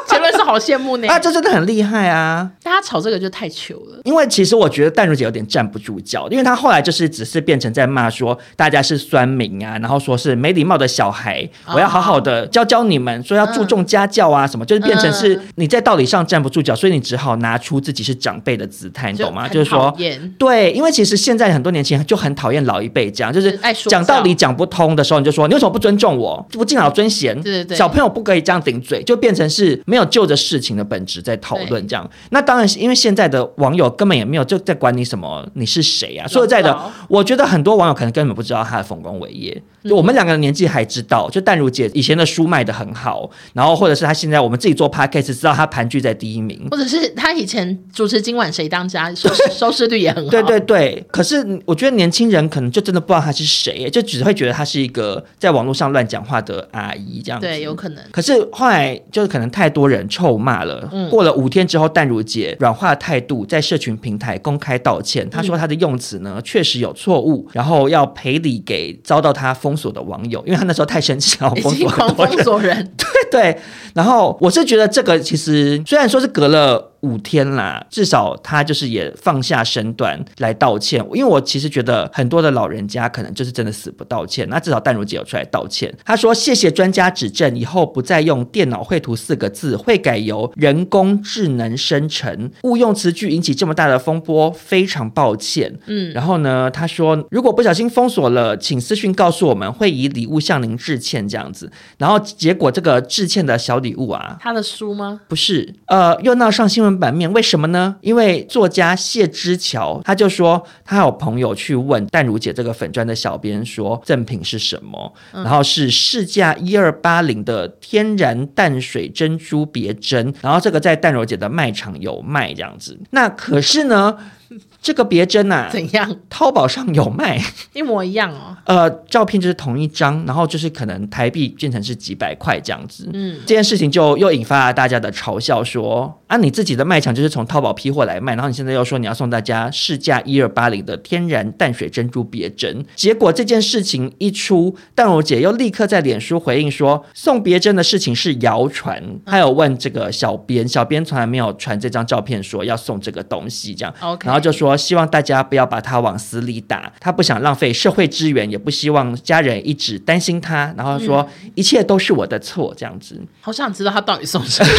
Speaker 1: 结论是好羡慕呢，
Speaker 2: 啊，这真的很厉害啊！
Speaker 1: 大家吵这个就太糗了。
Speaker 2: 因为其实我觉得淡如姐有点站不住脚，因为她后来就是只是变成在骂说大家是酸民啊，然后说是没礼貌的小孩，
Speaker 1: 哦
Speaker 2: 我要好好的教教你们，说要注重家教啊什么，就是
Speaker 1: 嗯
Speaker 2: 变成是你在道理上站不住脚，所以你只好拿出自己是长辈的姿态，你
Speaker 1: 就
Speaker 2: 懂吗？
Speaker 1: 很
Speaker 2: 就是说
Speaker 1: 讨厌，
Speaker 2: 对，因为其实现在很多年轻人就很讨厌老一辈这样，就是
Speaker 1: 就是爱说
Speaker 2: 讲
Speaker 1: 教
Speaker 2: 道理讲不通的时候，你就说你为什么不尊重我，不敬老尊贤，
Speaker 1: 对对对
Speaker 2: 小朋友不可以这样顶嘴，就变成是没有就着事情的本质在讨
Speaker 1: 对
Speaker 2: 论。这样。那当然是因为现在的网友根本也没有就在管你什么你是谁啊。说实在的
Speaker 1: 老，
Speaker 2: 我觉得很多网友可能根本不知道他的丰功伟
Speaker 1: 嗯
Speaker 2: 业。就我们两个的年纪还知道，就淡如姐以前的书卖的很好，然后或者是她现在我们自己做 podcast 知道她盘踞在第一名。
Speaker 1: 或者是他以前主持《今晚谁当家》，收视收视率也很好。
Speaker 2: 对对对，可是我觉得年轻人可能就真的不知道她是谁，就只会觉得她是一个在网络上乱讲话的阿姨这样子。
Speaker 1: 对，有可能。
Speaker 2: 可是后来就是可能太多人臭骂了，
Speaker 1: 嗯
Speaker 2: 过了五天之后，淡如姐软化态度，在社群平台公开道
Speaker 1: 嗯
Speaker 2: 歉。她说她的用词呢确实有错误，然后要赔礼给遭到她封锁的网友，因为她那时候太生
Speaker 1: <laughs>
Speaker 2: 气了，
Speaker 1: 已
Speaker 2: 封
Speaker 1: 经
Speaker 2: 锁很
Speaker 1: 狂
Speaker 2: 多
Speaker 1: 封
Speaker 2: 人。
Speaker 1: 锁人，
Speaker 2: <laughs> 对，然后我是觉得这个其实虽然说是隔了五天啦，至少她就是也放下身段来道歉，因为我其实觉得很多的老人家可能就是真的死不道歉，那至少淡如姐有出来道歉，她说谢谢专家指正，以后不再用电脑绘图四个字，会改由人工智能生成，误用词句引起这么大的风波，非常抱歉。
Speaker 1: 嗯，
Speaker 2: 然后呢，他说如果不小心封锁了，请私讯告诉我们，会以礼物向您致歉这样子。然后结果这个致歉的小礼物啊。
Speaker 1: 他的书吗？
Speaker 2: 不是，呃，又闹上新闻版面，为什么呢？因为作家谢之桥他就说，他有朋友去问淡如姐这个粉砖的小编说，赠品是什么？然后是市价一二八零的天然淡水珍珠别针，然后这个在淡如姐的卖场有卖这样子。那可是呢，这个别针啊，
Speaker 1: 怎样？
Speaker 2: 淘宝上有卖，
Speaker 1: 一模一样哦。
Speaker 2: 呃，照片就是同一张，然后就是可能台币变成是几百块这样子。
Speaker 1: 嗯
Speaker 2: 这件事情就又引发了大家的嘲笑说，啊，你自己的卖场就是从淘宝批货来卖，然后你现在又说你要送大家市价一二八零的天然淡水珍珠别针，结果这件事情一出，淡如姐又立刻在脸书回应说，送别针的事情是谣传，
Speaker 1: 嗯
Speaker 2: 她有问这个小编，小编从来没有传这张照片说要送这个东西这样，
Speaker 1: ，OK。
Speaker 2: 然后就说希望大家不要把他往死里打，他不想浪费社会资源，也不希望家人一直担
Speaker 1: 嗯
Speaker 2: 心他，然后说、一切都是我的错这样子。 <laughs>
Speaker 1: 好想知道他到底送什么。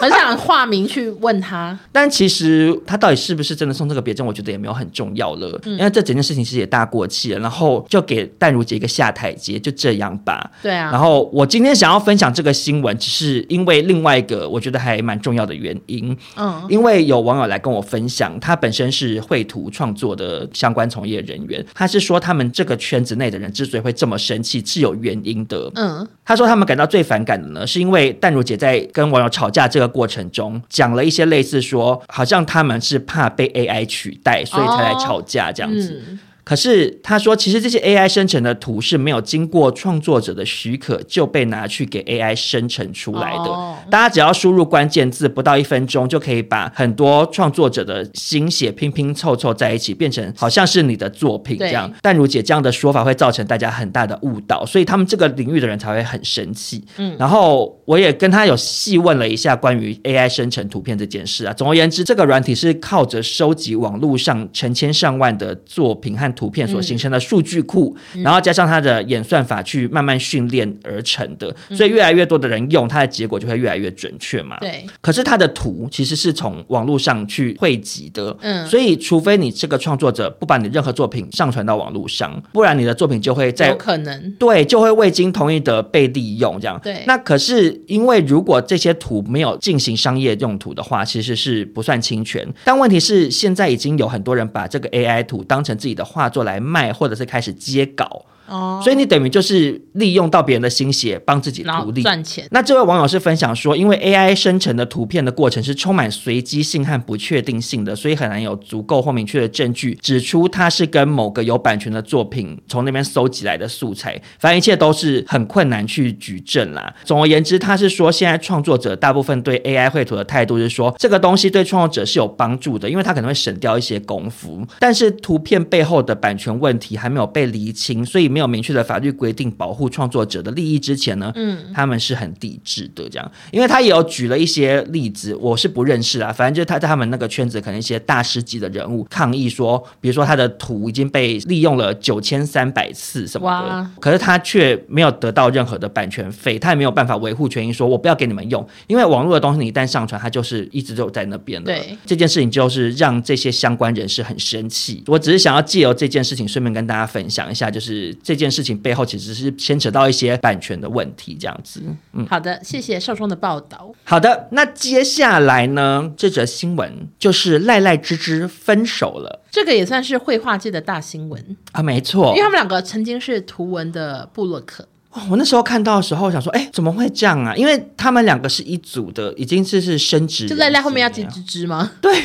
Speaker 1: 很想化名去问他。
Speaker 2: 但其实他到底是不是真的送这个别针，我觉得也没有很重要了，
Speaker 1: 嗯
Speaker 2: 因为这整件事情其实也大过气了，然后就给淡如姐一个下台阶，就这样吧。
Speaker 1: 对啊，
Speaker 2: 然后我今天想要分享这个新闻，只是因为另外一个我觉得还蛮重要的原因，
Speaker 1: 嗯，
Speaker 2: 因为有网友来跟我分享，他本身是绘图创作的相关从业人员，他是说他们这个圈子内的人之所以会这么生气是有原因的。
Speaker 1: 嗯，
Speaker 2: 他说他们感到最反感的呢，是因为淡如姐在跟网友吵架这个过程中，讲了一些类似说，好像他们是怕被 AI 取代，所以才来吵架这样子。
Speaker 1: 嗯
Speaker 2: 可是他说，其实这些 AI 生成的图是没有经过创作者的许可就被拿去给 AI 生成出来的。
Speaker 1: 哦
Speaker 2: 大家只要输入关键字，不到一分钟就可以把很多创作者的心血拼拼凑凑在一起，变成好像是你的作品这样
Speaker 1: 对。
Speaker 2: 但如姐这样的说法会造成大家很大的误导，所以他们这个领域的人才会很生气。
Speaker 1: 嗯
Speaker 2: 然后我也跟他有细问了一下关于 AI 生成图片这件事啊。总而言之，这个软体是靠着收集网络上成千上万的作品和图片所形成的数据库，
Speaker 1: 嗯
Speaker 2: 然后加上它的演算法去慢慢训练而成的，所以越来越多的人用，它的结果就会越来越准确嘛。
Speaker 1: 嗯对，
Speaker 2: 可是它的图其实是从网络上去汇集的，
Speaker 1: 嗯
Speaker 2: 所以除非你这个创作者不把你任何作品上传到网络上，不然你的作品就会在
Speaker 1: 有可能，
Speaker 2: 对，就会未经同意的被利用，这样。
Speaker 1: 对
Speaker 2: 那可是因为如果这些图没有进行商业用途的话，其实是不算侵权。但问题是，现在已经有很多人把这个 AI 图当成自己的画作来卖，或者是开始接稿，
Speaker 1: 哦，
Speaker 2: 所以你等于就是利用到别人的心血，帮自己
Speaker 1: 然
Speaker 2: 图
Speaker 1: 后
Speaker 2: 利。
Speaker 1: 赚钱，
Speaker 2: 那这位网友是分享说，因为 AI 生成的图片的过程是充满随机性和不确定性的，所以很难有足够或明确的证据指出它是跟某个有版权的作品从那边搜集来的素材。反正一切都是很困难去举证啦。总而言之，他是说现在创作者大部分对 AI 绘图的态度是说，这个东西对创作者是有帮助的，因为他可能会省掉一些功夫。但是图片背后的版权问题还没有被厘清，所以没有明确的法律规定保护创作者的利益之前呢，
Speaker 1: 嗯，
Speaker 2: 他们是很抵制的，这样，因为他也有举了一些例子，我是不认识啦，反正就是他在他们那个圈子，可能一些大师级的人物抗议说，比如说他的图已经被利用了九千三百次什么
Speaker 1: 哇
Speaker 2: 的，可是他却没有得到任何的版权费，他也没有办法维护权益，说我不要给你们用，因为网络的东西你一旦上传，它就是一直就在那边的
Speaker 1: 对。
Speaker 2: 这件事情就是让这些相关人士很生气。我只是想要借由这件事情，顺便跟大家分享一下，就是这件事情背后其实是牵扯到一些版权的问题，这样子。
Speaker 1: 好的，谢谢少中的报道。
Speaker 2: 好的，那接下来呢，这则新闻就是赖赖芝芝分手了
Speaker 1: 这个也算是绘画界的大新闻，
Speaker 2: 啊，没错
Speaker 1: 因为。他们两个曾经是图文的布洛克，
Speaker 2: 哦我那时候看到的时候想说，哎，怎么会这样啊？因为他们两个是一组的，已经是是升职人
Speaker 1: 就
Speaker 2: 士了，
Speaker 1: 赖赖后面要接
Speaker 2: 啊
Speaker 1: 芝芝
Speaker 2: <laughs>
Speaker 1: 吗？对，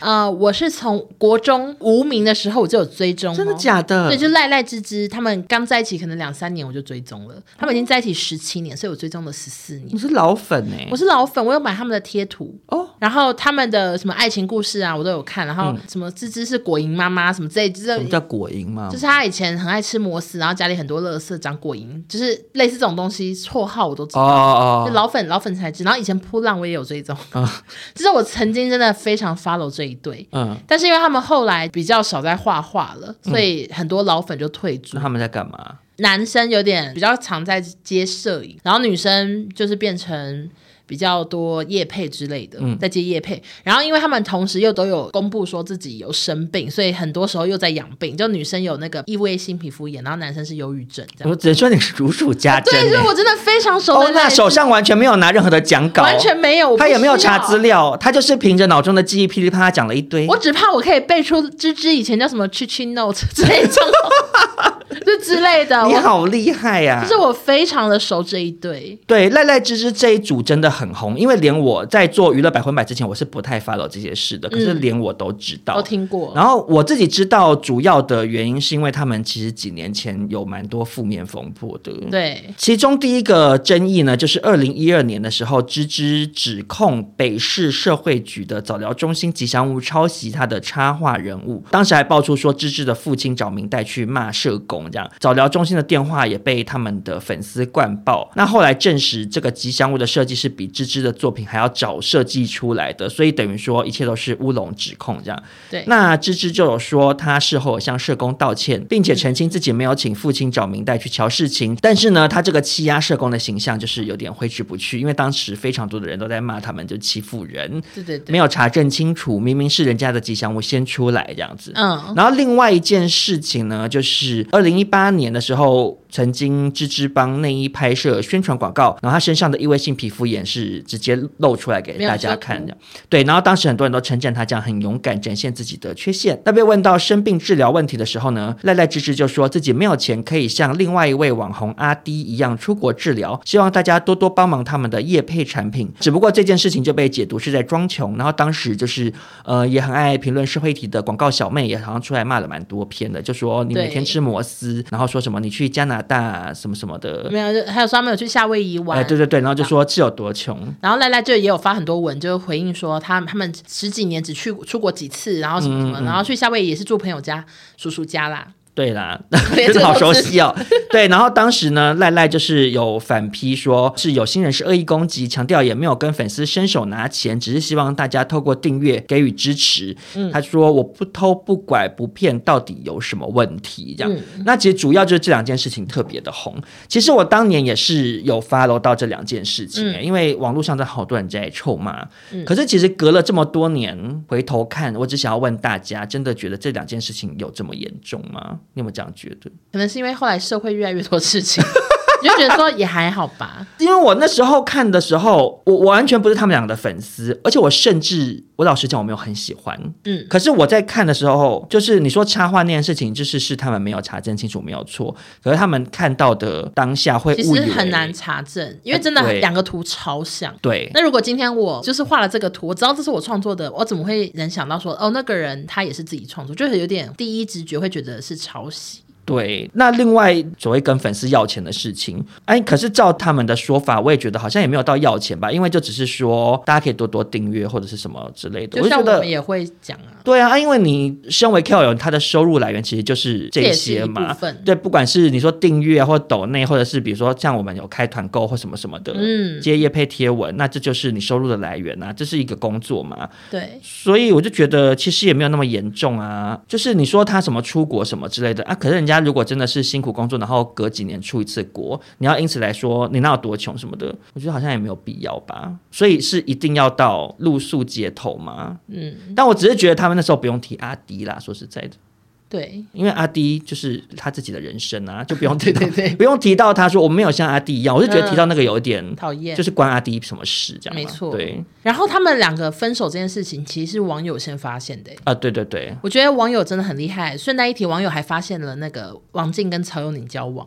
Speaker 1: 呃，我是从国中无名的时候我就有追踪、哦
Speaker 2: 真的？假的？
Speaker 1: 对，就赖赖芝芝他们刚在一起，可能两三年我就追踪了。他们已经在一起十七年，所以我追踪了十四年
Speaker 2: 你。是老粉哎、
Speaker 1: 我是老粉，我有买他们的贴图
Speaker 2: 哦，嗯
Speaker 1: 然后他们的什么爱情故事啊，我都有看。然后什么芝芝是果蝇妈妈什么之类，就是
Speaker 2: 什么叫果蝇吗？
Speaker 1: 就是他以前很爱吃摩斯，然后家里很多垃圾长果蝇，就是类似这种东西，绰号我都知
Speaker 2: 哦
Speaker 1: 道。就
Speaker 2: 哦啊哦，
Speaker 1: 老粉老粉才知，然后以前扑浪我也有追踪， <laughs> 就是我曾经真的非常 follow 这一对，
Speaker 2: 嗯，
Speaker 1: 但是因为他们后来比较少在画画了，所以很多老粉就退出。
Speaker 2: 那他们在干嘛？
Speaker 1: 男生有点比较常在接摄影，然后女生就是变成。比较多业配之类的，
Speaker 2: 嗯
Speaker 1: 在接业配，然后因为他们同时又都有公布说自己有生病，所以很多时候又在养病。就女生有那个异位性皮肤炎，然后男生是忧郁症，这
Speaker 2: 我
Speaker 1: 样。
Speaker 2: 只能说你是如数家珍、
Speaker 1: 对，所以
Speaker 2: 欸。
Speaker 1: 我真的非常熟
Speaker 2: 欧
Speaker 1: 的
Speaker 2: 娜
Speaker 1: 那一
Speaker 2: 手上完全没有拿任何的讲稿，
Speaker 1: 完全没有，我不
Speaker 2: 他也没有
Speaker 1: 需要
Speaker 2: 查资料，他就是凭着脑中的记忆噼里啪啦讲了一堆。
Speaker 1: 我只怕我可以背出芝芝以前叫什么 “chi chi note” 之类
Speaker 2: <laughs>
Speaker 1: 的，就之类的。
Speaker 2: 你
Speaker 1: 我
Speaker 2: 好厉害呀、
Speaker 1: 就是我非常的熟这一对，
Speaker 2: 对赖赖芝芝这一组真的很红，因为连我在做娱乐百分百之前，我是不太 follow 这些事的，可是连我都知道。
Speaker 1: 嗯都听过。
Speaker 2: 然后我自己知道主要的原因是因为他们其实几年前有蛮多负面风波的。对
Speaker 1: 对，
Speaker 2: 其中第一个争议呢，就是二零一二年的时候，芝芝指控北市社会局的早疗中心吉祥物抄袭她的插画人物，当时还爆出说芝芝的父亲找明代去骂社工，踪，这样早疗中心的电话也被他们的粉丝灌爆。那后来证实，这个吉祥物的设计是比芝芝的作品还要早设计出来的，所以等于说一切都是乌龙指控这样。
Speaker 1: 对，
Speaker 2: 那芝芝就有说，她事后有向社工道歉，并且澄清自己没有请父亲找明代去瞧事情。但是呢，她这个欺压社工的形象就是有点挥之不去，因为当时非常多的人都在骂他们，就欺负人，
Speaker 1: 对对对，
Speaker 2: 没有查证清楚，明明是人家的吉祥物先出来这样子。
Speaker 1: 嗯，
Speaker 2: 然后另外一件事情呢，就是二零一八年的时候，曾经芝芝帮内衣拍摄宣传广告，然后她身上的异位性皮肤炎是直接露出来给大家看
Speaker 1: 没有
Speaker 2: 的。对，然后当时很多人都称赞她这样很勇敢，展现自己的缺陷。那被问到生病治疗问题的时候呢，赖赖芝芝就说自己没有钱可以像另外一位网红阿迪一样出国治疗，希望大家多多帮忙他们的业配产品。只不过这件事情就被解读是在装穷，然后当时就是呃，也很爱评论社会体的广告小妹，也好像出来骂了蛮多篇的，就说你每天
Speaker 1: 对
Speaker 2: 吃摩斯，然后说什么你去加拿大什么什么的，
Speaker 1: 没有，就还有说他们有去夏威夷玩，
Speaker 2: 哎，对对对，然后就说是有多穷，
Speaker 1: 然后赖赖就也有发很多文，就回应说他他们十几年只去出国几次，然后什么什
Speaker 2: 嗯
Speaker 1: 么，然后去夏威夷也是住朋友家、叔叔家啦。
Speaker 2: 对啦，
Speaker 1: <laughs> 连
Speaker 2: <laughs>
Speaker 1: 这
Speaker 2: 真的
Speaker 1: 个
Speaker 2: 好
Speaker 1: 都
Speaker 2: 熟
Speaker 1: 知
Speaker 2: 悉哦。 <laughs> 对，然后当时呢，赖赖就是有反批说是有心人是恶意攻击，强调也没有跟粉丝伸手拿钱，只是希望大家透过订阅给予支持。
Speaker 1: 嗯
Speaker 2: 他说我不偷不拐不骗，到底有什么问题？这样，
Speaker 1: 嗯
Speaker 2: 那其实主要就是这两件事情特别的红。其实我当年也是有 follow 到这两件事情、
Speaker 1: 嗯
Speaker 2: 因为网络上真的好多人在臭骂。可是其实隔了这么多年，回头看，我只想要问大家，真的觉得这两件事情有这么严重吗？你有没有这样觉得？
Speaker 1: 可能是因为后来社会越来越多事情， <laughs> 你就觉得说也还好吧。
Speaker 2: 因为我那时候看的时候，我我完全不是他们两个的粉丝，而且我甚至我老实讲，我没有很喜欢。
Speaker 1: 嗯，
Speaker 2: 可是我在看的时候，就是你说插画那件事情，就是是他们没有查证清楚，没有错。可是他们看到的当下 <laughs> 会
Speaker 1: 其
Speaker 2: 误以
Speaker 1: 实
Speaker 2: 为
Speaker 1: 很难查证，因为真的
Speaker 2: 哎对
Speaker 1: 两个图超像。
Speaker 2: 对。
Speaker 1: 那如果今天我就是画了这个图，我知道这是我创作的，我怎么会能想到说哦那个人他也是自己创作，就是有点第一直觉会觉得是抄袭。
Speaker 2: 对，那另外所谓跟粉丝要钱的事情，哎，可是照他们的说法，我也觉得好像也没有到要钱吧，因为就只是说大家可以多多订阅或者是什么之类的。
Speaker 1: 就像
Speaker 2: 我就
Speaker 1: 我们
Speaker 2: 觉得，
Speaker 1: 也会讲啊，
Speaker 2: 对啊，啊因为你身为 KOL，他的收入来源其实就是
Speaker 1: 这
Speaker 2: 这
Speaker 1: 也是一
Speaker 2: 些嘛
Speaker 1: 部。分
Speaker 2: 对，不管是你说订阅啊或抖内，或者是比如说像我们有开团购或什么什么的，
Speaker 1: 嗯
Speaker 2: 接业配贴文，那这就是你收入的来源啊，这是一个工作嘛。
Speaker 1: 对，
Speaker 2: 所以我就觉得其实也没有那么严重啊，就是你说他什么出国什么之类的啊，可是人家如果真的是辛苦工作，然后隔几年出一次国，你要因此来说你那有多穷什么的，我觉得好像也没有必要吧。所以是一定要到露宿街头吗？
Speaker 1: 嗯
Speaker 2: 但我只是觉得他们那时候不用提阿迪啦，说实在的，
Speaker 1: 对，
Speaker 2: 因为阿迪就是他自己的人生啊，就不用提
Speaker 1: <laughs>
Speaker 2: 到
Speaker 1: 对对对
Speaker 2: 不用提到他说我没有像阿迪一样，我就觉得提到那个有一点、
Speaker 1: 讨厌
Speaker 2: 就。是关阿迪什么事这样嘛，
Speaker 1: 没错
Speaker 2: 对
Speaker 1: 然后他们两个分手这件事情，其实是网友先发现的欸。
Speaker 2: 啊、对对对，
Speaker 1: 我觉得网友真的很厉害。顺带一提，网友还发现了那个王静跟曹佑宁交往，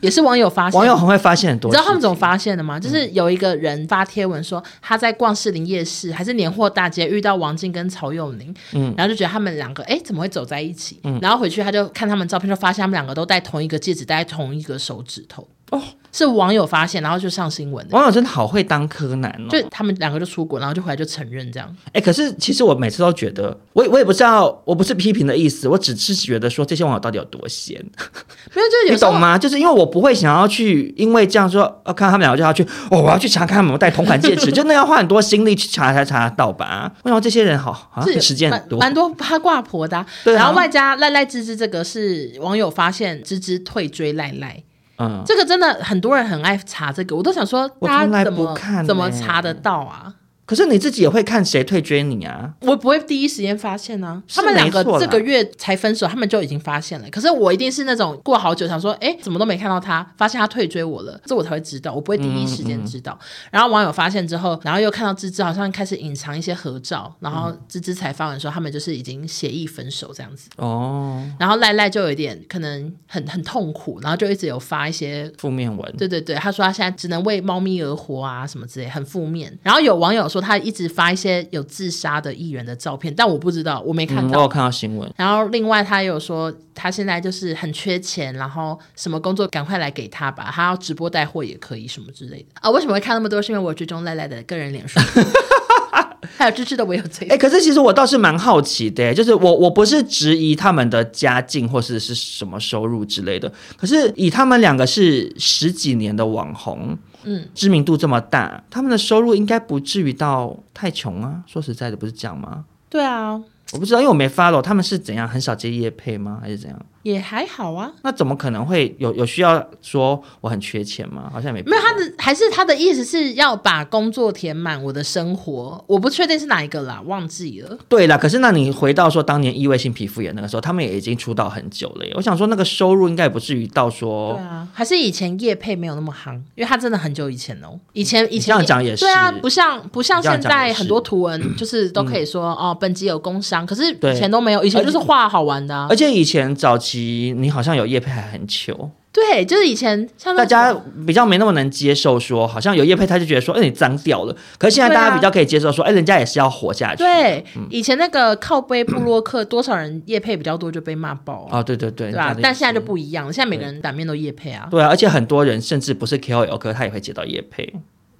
Speaker 1: 也是网友发现。
Speaker 2: 网友很会发现很
Speaker 1: 你
Speaker 2: 多
Speaker 1: 知
Speaker 2: 事情，嗯
Speaker 1: 道他们怎么发现的吗？就是有一个人发贴文说他在逛士林夜市还是年货大街遇到王静跟曹佑宁，
Speaker 2: 嗯
Speaker 1: 然后就觉得他们两个哎怎么会走在一起？然后回去他就看他们照片，就发现他们两个都戴同一个戒指，戴同一个手指头。
Speaker 2: 哦，
Speaker 1: 是网友发现，然后就上新闻的。
Speaker 2: 网友真的好会当柯南哦。
Speaker 1: 就他们两个就出国，然后就回来就承认这
Speaker 2: <laughs>
Speaker 1: 样。
Speaker 2: 哎、可是其实我每次都觉得，我也我也不知道，我不是批评的意思，我只是觉得说这些网友到底有多闲，
Speaker 1: 没有，就是
Speaker 2: 你
Speaker 1: 有时候
Speaker 2: 懂吗？就是因为我不会想要去，因为这样说，呃，看他们两个就要去，哦，我要去查看他们有没有戴同款戒
Speaker 1: <laughs>
Speaker 2: 指，真的要花很多心力去查才查得到吧？为什么这些人好好
Speaker 1: 是
Speaker 2: 像时间很
Speaker 1: 蛮
Speaker 2: 多？
Speaker 1: 蛮多八卦婆的啊、
Speaker 2: 对啊
Speaker 1: 然后外加赖赖芝芝这个是网友发现芝芝退追赖赖，
Speaker 2: 嗯，
Speaker 1: 这个真的很多人很爱查这个，我都想说
Speaker 2: 我
Speaker 1: 大
Speaker 2: 从
Speaker 1: 家
Speaker 2: 来
Speaker 1: 怎
Speaker 2: 不
Speaker 1: 么
Speaker 2: 看欸呢
Speaker 1: 怎么查得到啊？
Speaker 2: 可是你自己也会看谁退追你啊？
Speaker 1: 我不会第一时间发现啊，
Speaker 2: 是
Speaker 1: 他们两个
Speaker 2: 没错啦
Speaker 1: 这个月才分手，他们就已经发现了。可是我一定是那种过好久想说，哎，怎么都没看到他，发现他退追我了，这我才会知道，我不会第一时
Speaker 2: 嗯
Speaker 1: 间知道。然后网友发现之后，然后又看到芝芝好像开始隐藏一些合照，然
Speaker 2: 嗯
Speaker 1: 后芝芝才发文说他们就是已经协议分手这样子。
Speaker 2: 哦，
Speaker 1: 然后赖赖就有一点可能很很痛苦，然后就一直有发一些。
Speaker 2: 负面文，
Speaker 1: 对对对，他说他现在只能为猫咪而活啊，什么之类，很负面。然后有网友说他一直发一些有自杀的艺人的照片，但我不知道，我没看
Speaker 2: 嗯，我
Speaker 1: 到。
Speaker 2: 有看到新闻。
Speaker 1: 然后另外他有说他现在就是很缺钱，然后什么工作赶快来给他吧，他要直播带 <laughs> 货也可以什么之类的啊。为什么会看那么多？是因为我追踪赖赖的个人脸书，还有芝芝的我有追
Speaker 2: 哎、，可是其实我倒是蛮好奇的、就是我我不是质疑他们的家境或是是什么收入之类的，可是以他们两个是十几年的网红，
Speaker 1: 嗯，
Speaker 2: 知名度这么大，他们的收入应该不至于到太穷啊。说实在的，不是这样吗？
Speaker 1: <laughs> 对啊，
Speaker 2: 我不知道，因为我没 follow 他们是怎样，很少接业配吗？还是怎样？
Speaker 1: 也还好啊。
Speaker 2: 那怎么可能会有有需要说我很缺钱吗？好像也没
Speaker 1: 没有他的，还是他的意思是要把工作填满我的生活，我不确定是哪一个啦，忘记了。
Speaker 2: 对啦，可是那你回到说当年异位性皮肤炎那个时候，他们也已经出道很久了耶。我想说那个收入应该也不至于到说
Speaker 1: 对，啊，还是以前叶配没有那么夯，因为他真的很久以前哦，以前以前
Speaker 2: 这样讲也是
Speaker 1: 对啊，不像不像
Speaker 2: 你这样
Speaker 1: 现
Speaker 2: 讲
Speaker 1: 在
Speaker 2: 也是嗯
Speaker 1: 很多图
Speaker 2: <clears throat>
Speaker 1: 文就是都可以说、哦，本集有工商，可是
Speaker 2: 对
Speaker 1: 以前都没有，以前就是画好玩的、啊
Speaker 2: 而，且以前早期你好像有叶配还很糗，
Speaker 1: 对，就是以前像那
Speaker 2: 大家
Speaker 1: 种
Speaker 2: 比较没那么能接受说好像有叶配他就觉得说哎、你脏掉了，可是现在
Speaker 1: 对啊
Speaker 2: 大家比较可以接受说哎、人家也嗯是要活下去。
Speaker 1: 对、啊以前那个靠背部落客，多少人叶配比较多就被骂爆啊，
Speaker 2: 哦，对对对，
Speaker 1: 对
Speaker 2: 这
Speaker 1: 吧、
Speaker 2: 样的意
Speaker 1: 但现在
Speaker 2: 思
Speaker 1: 就不一样了，现在每个人版面都叶配啊。
Speaker 2: 对啊，而且很多人甚至不是 KOL 哥，他也会接到叶配。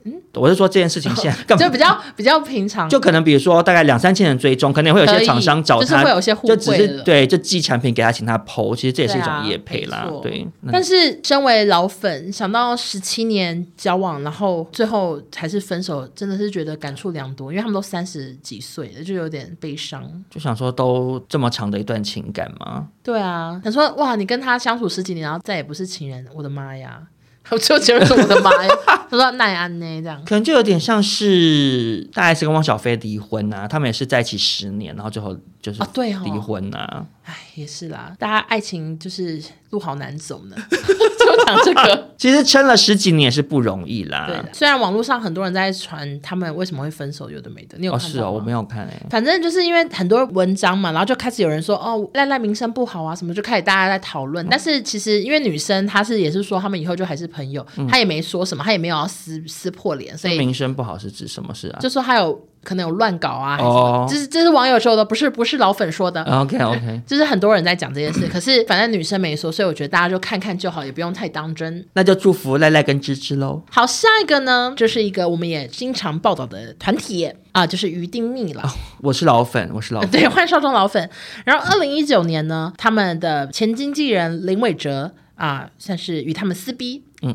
Speaker 2: 嗯，我是说这件事情
Speaker 1: <laughs>
Speaker 2: 现在干嘛
Speaker 1: 就比较比较平常，
Speaker 2: 就可能比如说大概两三千人追踪，可能会有
Speaker 1: 可
Speaker 2: 些
Speaker 1: 以
Speaker 2: 厂商找
Speaker 1: 就
Speaker 2: 他，
Speaker 1: 是会有一些互
Speaker 2: 就只
Speaker 1: 惠
Speaker 2: 是
Speaker 1: 了
Speaker 2: 对，就寄产品给他，请他剖，其实这也是一
Speaker 1: 对啊
Speaker 2: 种业配啦
Speaker 1: 没，错
Speaker 2: 对。那
Speaker 1: 但是身为老粉，想到十七年交往，然后最后还是分手，真的是觉得感触良多，因为他们都三十几岁了，就有点悲伤。
Speaker 2: 就想说，都这么长的一段情感吗？
Speaker 1: 对啊，想说哇，你跟他相处十几年，然后再也不是情人，我的妈呀！我就觉得说我的妈呀，他说奈安呢这样。
Speaker 2: 可能就有点像是大 S 跟汪小菲离婚啊，他们也是在一起十年，然后最后就是
Speaker 1: 哦对哦
Speaker 2: 离婚啊。
Speaker 1: 哎，也是啦，大家爱情就是路好难走呢，就讲这
Speaker 2: <laughs>
Speaker 1: 个。
Speaker 2: 其实撑了十几年也是不容易啦。
Speaker 1: 对，虽然网络上很多人在传他们为什么会分手，有的没的，你有
Speaker 2: 哦
Speaker 1: 看到吗？
Speaker 2: 是哦，我没有看诶、
Speaker 1: 反正就是因为很多文章嘛，然后就开始有人说哦赖赖名声不好啊什么，就开始大家在讨论。但是其实因为女生她是也是说她们以后就还是朋友，她也没说什么，她也没有要撕撕破脸，所
Speaker 2: 这
Speaker 1: 以
Speaker 2: 名声不好是指什么事啊
Speaker 1: 就说她有可能有乱搞啊，还是什么
Speaker 2: 哦
Speaker 1: 这是这是网友说的，不是不是老粉说的。
Speaker 2: ？OK OK，
Speaker 1: 就是很多人在讲这件事，嗯 <clears throat> 可是反正女生没说，所以我觉得大家就看看就好，也不用太当真。
Speaker 2: <laughs> 那就祝福赖赖跟芝芝喽。
Speaker 1: 好，下一个呢，就是一个我们也经常报道的团体啊、就是鱼丁蜜了。
Speaker 2: 我是老粉，我是老
Speaker 1: <laughs>
Speaker 2: 粉。
Speaker 1: 对，换少壮老粉。然后二零一九年呢，他们的前经纪人林伟哲啊，算是与他们撕逼，嗯，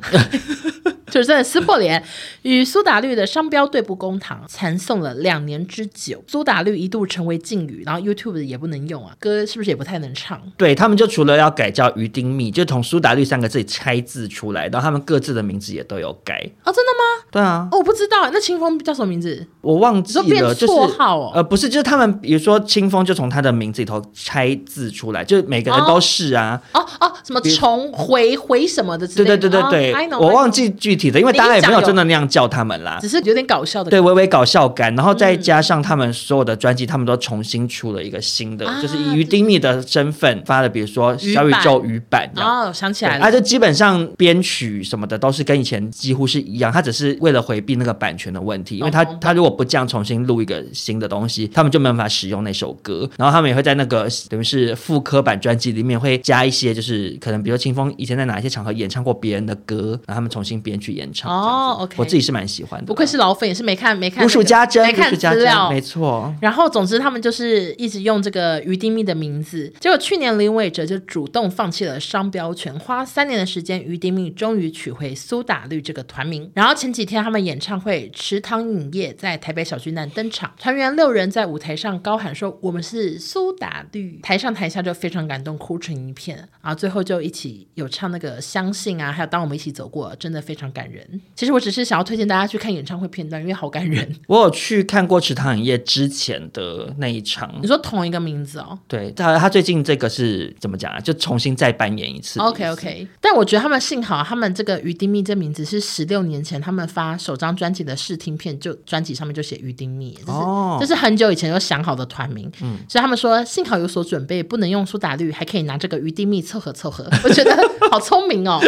Speaker 1: <laughs> 就是真的撕破脸，与苏打绿的商标对簿公堂，缠讼了两年之久。苏打绿一度成为禁语，然后 YouTube 也不能用啊，歌是不是也不太能唱？哦
Speaker 2: 对他们就除了要改叫鱼丁蜜，就从苏打绿三个字拆字出来，然后他们各自的名字也都有改。
Speaker 1: 哦，真的吗？
Speaker 2: 对啊，
Speaker 1: 哦，我不知道，那清风叫什么名字？
Speaker 2: 我忘记
Speaker 1: 你说变
Speaker 2: 了，就是
Speaker 1: 绰号哦
Speaker 2: 呃，不是，就是他们，比如说清风就从他的名字里头拆字出来，就是每个人都是啊。
Speaker 1: 哦哦，什么
Speaker 2: 比如
Speaker 1: 重回回什么的之
Speaker 2: 对
Speaker 1: 类的？
Speaker 2: 对对对
Speaker 1: 哦
Speaker 2: 对，
Speaker 1: I know,
Speaker 2: 我
Speaker 1: I know
Speaker 2: 忘记具体的，因为
Speaker 1: 你
Speaker 2: 大家
Speaker 1: 一
Speaker 2: 也
Speaker 1: 讲
Speaker 2: 没有
Speaker 1: 有
Speaker 2: 真的那样叫他们啦。
Speaker 1: 只是有点搞笑的。
Speaker 2: 对，微微搞笑感，然后再
Speaker 1: 嗯
Speaker 2: 加上他们所有的专辑，他们都重新出了一个新的，
Speaker 1: 啊
Speaker 2: 就是以于丁蜜的身份发了，比如说
Speaker 1: 鱼
Speaker 2: 小宇
Speaker 1: 版
Speaker 2: 宙语版这样
Speaker 1: 哦，想起来了
Speaker 2: 啊，，就基本上编曲什么的都是跟以前几乎是一样，他只是为了回避那个版权的问题，因为他
Speaker 1: 懂懂
Speaker 2: 他如果不这样重新录一个新的东西，他们就没办法使用那首歌。然后他们也会在那个等于是复刻版专辑里面会加一些，就是可能比如清风以前在哪一些场合演唱过别人的歌，然后他们重新编曲演唱。这样子
Speaker 1: 哦，OK
Speaker 2: 我自己是蛮喜欢的啦，
Speaker 1: 不愧是老粉，也是没看没看、那
Speaker 2: 如
Speaker 1: 个
Speaker 2: 数家珍，
Speaker 1: 没
Speaker 2: 如
Speaker 1: 看
Speaker 2: 数家
Speaker 1: 资
Speaker 2: 珍，
Speaker 1: 料
Speaker 2: 没。错。
Speaker 1: 然后，总之，他们就是一直用这个于丁蜜的名字。结果去年林伟哲就主动放弃了商标权，花三年的时间，于丁蜜终于取回苏打绿这个团名。然后前几天他们演唱会池塘影业在台北小巨蛋登场，团员六人在舞台上高喊说：“我们是苏打绿！”台上台下就非常感动，哭成一片。然后最后就一起有唱那个《相信》啊，还有《当我们一起走过》，真的非常感人。其实我只是想要推荐大家去看演唱会片段，因为好感人。
Speaker 2: 我有去看过池塘影业之前的那一场，
Speaker 1: 你说同一个名字哦？
Speaker 2: 对，他他最近这个是怎么讲啊？就重新再扮演一次的意思。
Speaker 1: OK OK，但我觉得他们幸好，他们这个于丁蜜这名字是十六年前他们发首张专辑的试听片，就专辑上面就写于丁蜜，这是、
Speaker 2: 哦嗯
Speaker 1: 这是很久以前就想好的团名，所以他们说幸好有所准备，不能用苏打绿，还
Speaker 2: <laughs>
Speaker 1: 可以拿这个于丁蜜凑合凑合，我觉得好聪明哦。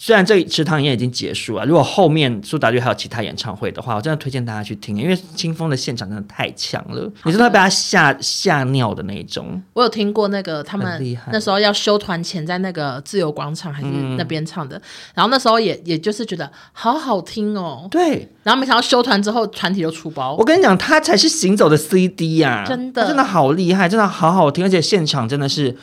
Speaker 2: 虽然这池塘影业已经结束啊。如果后面苏打绿还有其他演唱会的话，我真的推荐大家去听，因为清风的现场真的太强了，你真的会被他吓吓尿的那一种。
Speaker 1: 我有听过那个他
Speaker 2: 很厉
Speaker 1: 们
Speaker 2: 害
Speaker 1: 那时候要修团前在那个自由广场还是那边唱的，
Speaker 2: 嗯
Speaker 1: 然后那时候也也就是觉得好好听哦，
Speaker 2: 对，
Speaker 1: 然后没想到修团之后团体就出包
Speaker 2: 我，跟你讲，他才是行走的 CD 呀、
Speaker 1: 真的
Speaker 2: 他真的好厉害，真的好好听，而且现场真的是。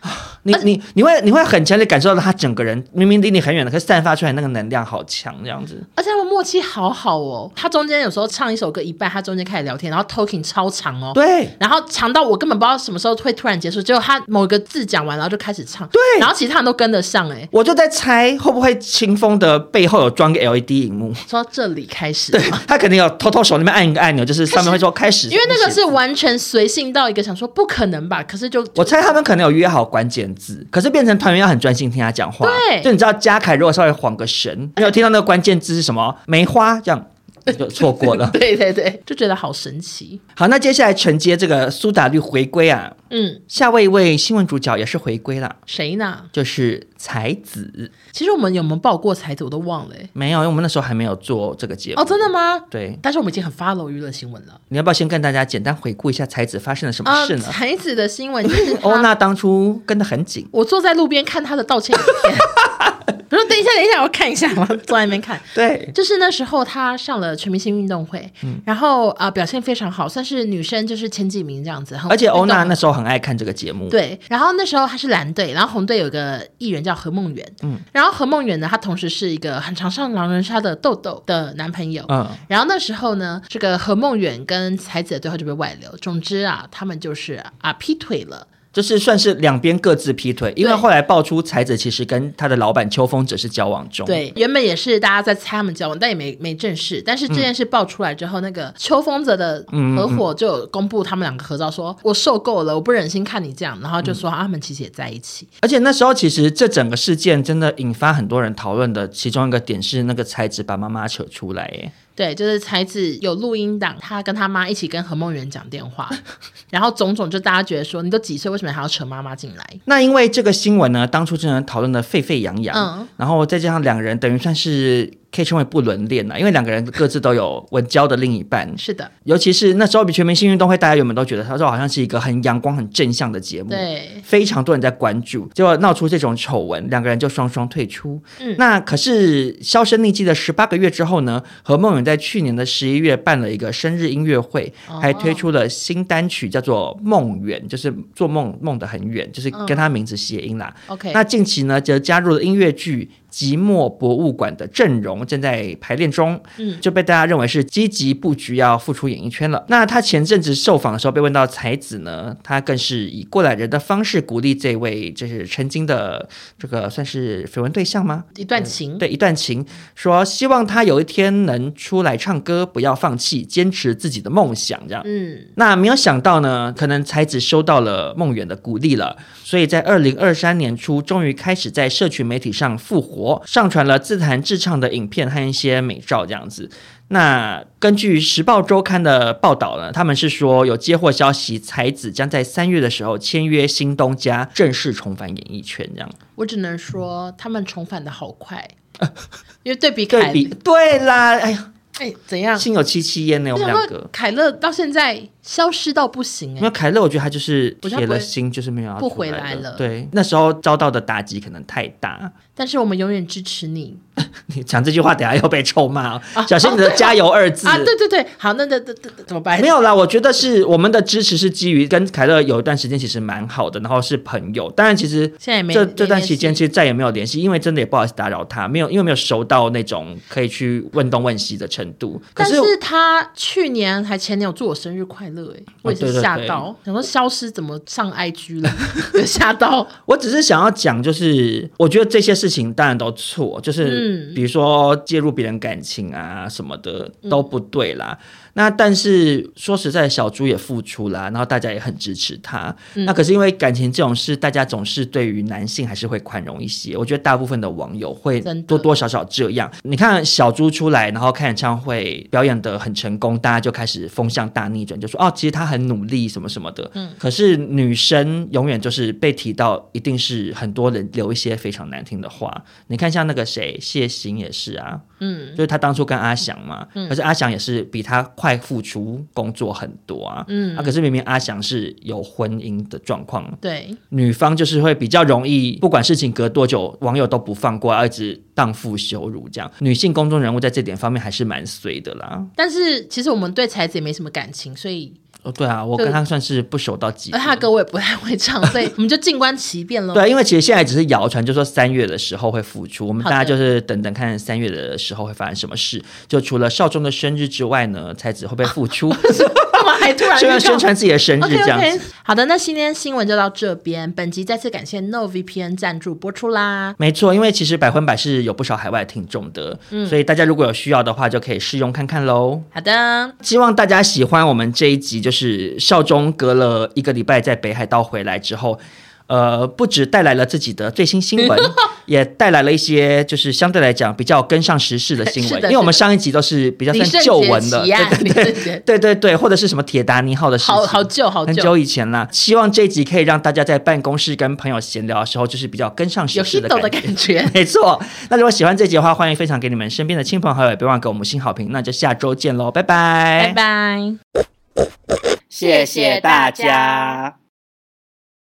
Speaker 2: 啊你你你会你会很强烈感受到他整个人明明离你很远的，可是散发出来那个能量好强，这样子。
Speaker 1: 而且他们默契好好哦。他中间有时候唱一首歌一半，他中间开始聊天，然后 talking 超长哦，
Speaker 2: 对，
Speaker 1: 然后长到我根本不知道什么时候会突然结束，结果他某一个字讲完，然后就开始唱，
Speaker 2: 对
Speaker 1: 然后其他人都跟得上、欸，哎，
Speaker 2: 我就在猜会不会清风的背后有装个 LED 荧幕，
Speaker 1: 说到这里开始，
Speaker 2: 对 <laughs> 他肯定有偷偷手那边按一个按钮，就是上面会说开始，
Speaker 1: 因为那个
Speaker 2: 开始
Speaker 1: 是完全随性到一个想说不可能吧，可是就
Speaker 2: 我猜他们可能有约好关键字，可是变成团员要很专心听他讲话。
Speaker 1: 对
Speaker 2: 就你知道嘉凯如果稍微晃个神，没有听到那个关键字是什么梅花，这样就错
Speaker 1: <laughs>
Speaker 2: 过了。
Speaker 1: <laughs> 对对对，就觉得好神奇，
Speaker 2: 好，那接下来承接这个苏打绿回归啊，
Speaker 1: 嗯，
Speaker 2: 下位一位新闻主角也是回归啦，
Speaker 1: 谁呢？
Speaker 2: 就是才子。
Speaker 1: 其实我们有没有报过才子我都忘了、欸，
Speaker 2: 没有，因为我们那时候还没有做这个节目。
Speaker 1: 哦，真的吗？
Speaker 2: 对，
Speaker 1: 但是我们已经很 follow 娱乐新闻了。
Speaker 2: 你要不要先跟大家简单回顾一下才子发生了什么
Speaker 1: 啊
Speaker 2: 事，呢？哦
Speaker 1: 才子的新闻
Speaker 2: <laughs>
Speaker 1: 就是
Speaker 2: 欧
Speaker 1: 他
Speaker 2: 娜当初跟得很紧，
Speaker 1: 我坐在路边看他的道歉影片， <laughs> 我说等一下，等一下，我看一下， <laughs> 我坐在那边看。
Speaker 2: 对，
Speaker 1: 就是那时候她上了全明星运动会，然后啊、呃表现非常好，算是女生就是前几名这样子。很
Speaker 2: 而且欧
Speaker 1: 哦
Speaker 2: 娜
Speaker 1: 运动
Speaker 2: 那时候很爱看这个节目。
Speaker 1: 对，然后那时候她是蓝队，然后红队有个艺人叫何梦远，嗯，然后何梦远呢，她同时是一个很常上狼人杀的豆豆的男朋友，
Speaker 2: 嗯，
Speaker 1: 然后那时候呢，这个何梦远跟才子的对话就被外流。总之啊，他们就是啊劈腿了。
Speaker 2: 就是算是两边各自劈腿，因为后来爆出才子其实跟他的老板秋风者是交往中。，
Speaker 1: 对，原本也是大家在猜他们交往，但也没没正式。但是这件事爆出来之后，那个秋风泽的
Speaker 2: 嗯
Speaker 1: 合伙就有公布他们两个合照说，我受够了，我不忍心看你这样，然后就说、啊他们其实也在一起。
Speaker 2: 而且那时候其实这整个事件真的引发很多人讨论的，其中一个点是那个才子把妈妈扯出来，哎，
Speaker 1: 对，就是才子有录音档，他跟他妈一起跟何梦圆讲电
Speaker 2: <laughs>
Speaker 1: 话，然后种种就大家觉得说，你都几岁，为什么还要扯妈妈进来？
Speaker 2: 那因为这个新闻呢，当初真的讨论的沸沸扬扬，
Speaker 1: 嗯
Speaker 2: 然后再加上两人等于算是可以称为不伦恋啊了，因为两个人各自都有稳交的另一半，
Speaker 1: 是的，
Speaker 2: 尤其是那时候比全明星运动会，大家原本都觉得他说好像是一个很阳光、很正向的节目，
Speaker 1: 对，
Speaker 2: 非常多人在关注，结果闹出这种丑闻，两个人就双双退出。
Speaker 1: 嗯
Speaker 2: 那可是销声匿迹的十八个月之后呢，何梦远在去年的十一月办了一个生日音乐会，
Speaker 1: 哦
Speaker 2: 还推出了新单曲，叫做《梦远》，就是做梦梦得很远，就是
Speaker 1: 嗯
Speaker 2: 跟他名字谐音啦。
Speaker 1: OK，
Speaker 2: 那近期呢，则加入了音乐剧《寂寞博物馆》的阵容，正在排练中，
Speaker 1: 嗯
Speaker 2: 就被大家认为是积极布局，要复出演艺圈了。那他前阵子受访的时候被问到才子呢，他更是以过来人的方式鼓励这位就是曾经的这个算是绯闻对象吗？
Speaker 1: 一段情，
Speaker 2: 对一段情，说希望他有一天能出来唱歌，不要放弃，坚持自己的梦想，这样。
Speaker 1: 嗯，
Speaker 2: 那没有想到呢，可能才子收到了梦远的鼓励了，所以在二零二三年初，终于开始在社群媒体上复活，上传了自弹自唱的影片和一些美照这样子。那根据《时报周刊》的报道呢，他们是说有接获消息，才子将在三月的时候签约新东家，正式重返演艺圈这样。
Speaker 1: 我只能说他们重返的好
Speaker 2: <laughs>
Speaker 1: 快，因为对比
Speaker 2: 对
Speaker 1: 凯
Speaker 2: 比，对啦，哎呀，
Speaker 1: 哎、怎样？
Speaker 2: 心有戚戚焉呢，我
Speaker 1: 我
Speaker 2: 们
Speaker 1: 想
Speaker 2: 两
Speaker 1: 说
Speaker 2: 个。
Speaker 1: 凯乐到现在消失到不行
Speaker 2: 因
Speaker 1: 哎、
Speaker 2: 为凯乐，我觉得他就是
Speaker 1: 我觉得嗯他
Speaker 2: 铁
Speaker 1: 不
Speaker 2: 了
Speaker 1: 会
Speaker 2: 心，就是没有要
Speaker 1: 不
Speaker 2: 出
Speaker 1: 回来
Speaker 2: 了。
Speaker 1: 了
Speaker 2: 对，那时候遭到的打击可能太大。 <laughs>
Speaker 1: 但是我们永远支持你
Speaker 2: 你讲这句话，等下又被臭骂、哦，小心你的“加油”二字。哎
Speaker 1: 啊！对对对，好，那那那那怎么办
Speaker 2: 没？有啦，我觉得是我们的支持是基于跟凯乐有一段时间其实蛮好的，然后是朋友。当然，其实
Speaker 1: 现在也没
Speaker 2: 这
Speaker 1: 没
Speaker 2: 这段
Speaker 1: 联
Speaker 2: 期间
Speaker 1: 系
Speaker 2: 其实再也没有联系，因为真的也不好意思打扰他，没有因为没有熟到那种可以去问东问西的程度。可
Speaker 1: 但
Speaker 2: 是
Speaker 1: 是他去年还前年有祝我生日快乐哎、我也
Speaker 2: 对
Speaker 1: 是
Speaker 2: 对
Speaker 1: 吓
Speaker 2: 对
Speaker 1: 到，想说消失怎么上 IG
Speaker 2: <laughs>
Speaker 1: 了，有吓到。
Speaker 2: 我只是想要讲，就是我觉得这些事情当然都错，就是
Speaker 1: 嗯
Speaker 2: 比如说介入别人感情啊什么的都不对啦。那但是说实在，小猪也付出啦，然后大家也很支持他。
Speaker 1: 嗯
Speaker 2: 那可是因为感情这种事，大家总是对于男性还是会宽容一些。我觉得大部分的网友会
Speaker 1: 真的
Speaker 2: 多多少少这样。你看小猪出来，然后看演唱会表演的很成功，大家就开始风向大逆转，就说哦，其实他很努力什么什么的。嗯，可是女生永远就是被提到，一定是很多人留一些非常难听的话。你看像那个谁谢欣也是啊，
Speaker 1: 嗯
Speaker 2: 就是他当初跟阿翔嘛，可是阿翔也是比他快付出工作很多啊，
Speaker 1: 嗯
Speaker 2: 啊，可是明明阿翔是有婚姻的状况，
Speaker 1: 对，
Speaker 2: 女方就是会比较容易，不管事情隔多久，网友都不放过，要一直荡妇羞辱这样。女性公众人物在这点方面还是蛮衰的啦。
Speaker 1: 但是其实我们对才子也没什么感情，所以
Speaker 2: 哦，对啊，我
Speaker 1: 对
Speaker 2: 跟他算是不熟到极
Speaker 1: 而
Speaker 2: 点。
Speaker 1: 呃他的歌我也不太会唱，所以我们就静观其变喽。
Speaker 2: 对，啊因为其实现在只是谣传，就说三月的时候会复出，我们大家就是等等看三月的时候会发生什么事。就除了少中的生日之外呢，才子会被复
Speaker 1: <laughs>
Speaker 2: 出。
Speaker 1: <laughs> 干嘛还突然
Speaker 2: 就要
Speaker 1: 预告
Speaker 2: 宣传自己的生日
Speaker 1: OK
Speaker 2: 这样
Speaker 1: OK，
Speaker 2: 子。
Speaker 1: 好的，那今天新闻就到这边。本集再次感谢 No VPN 赞助播出啦。
Speaker 2: 没错，因为其实百分百是有不少海外听众的，
Speaker 1: 嗯
Speaker 2: 所以大家如果有需要的话，就可以试用看看喽。
Speaker 1: 好的，
Speaker 2: 希望大家喜欢我们这一集，就是少中隔了一个礼拜在北海道回来之后。呃，不只带来了自己的最新
Speaker 1: <laughs>
Speaker 2: 新闻，也带来了一些就是相对来讲比较跟上时事的新
Speaker 1: 是
Speaker 2: 闻，
Speaker 1: 的
Speaker 2: 因为我们上一集都是比较
Speaker 1: 李
Speaker 2: 算
Speaker 1: 圣
Speaker 2: 旧
Speaker 1: 杰
Speaker 2: 闻的，
Speaker 1: 奇呀，
Speaker 2: 对
Speaker 1: 李圣杰，
Speaker 2: 对对对，或者是什么铁达尼号的事情，
Speaker 1: 好好旧好
Speaker 2: 很
Speaker 1: 旧，
Speaker 2: 久以前啦，希望这一集可以让大家在办公室跟朋友闲聊的时候，就是比较跟上时
Speaker 1: 有
Speaker 2: 事
Speaker 1: hit
Speaker 2: 的
Speaker 1: 的
Speaker 2: 感觉。
Speaker 1: 感觉。
Speaker 2: <laughs> 没错，那如果喜欢这集的话，欢迎分享给你们身边的亲朋好友，也别忘了给我们五星好评。那就下周见喽，拜
Speaker 1: 拜
Speaker 2: 拜，
Speaker 1: 拜。
Speaker 3: 谢谢大家。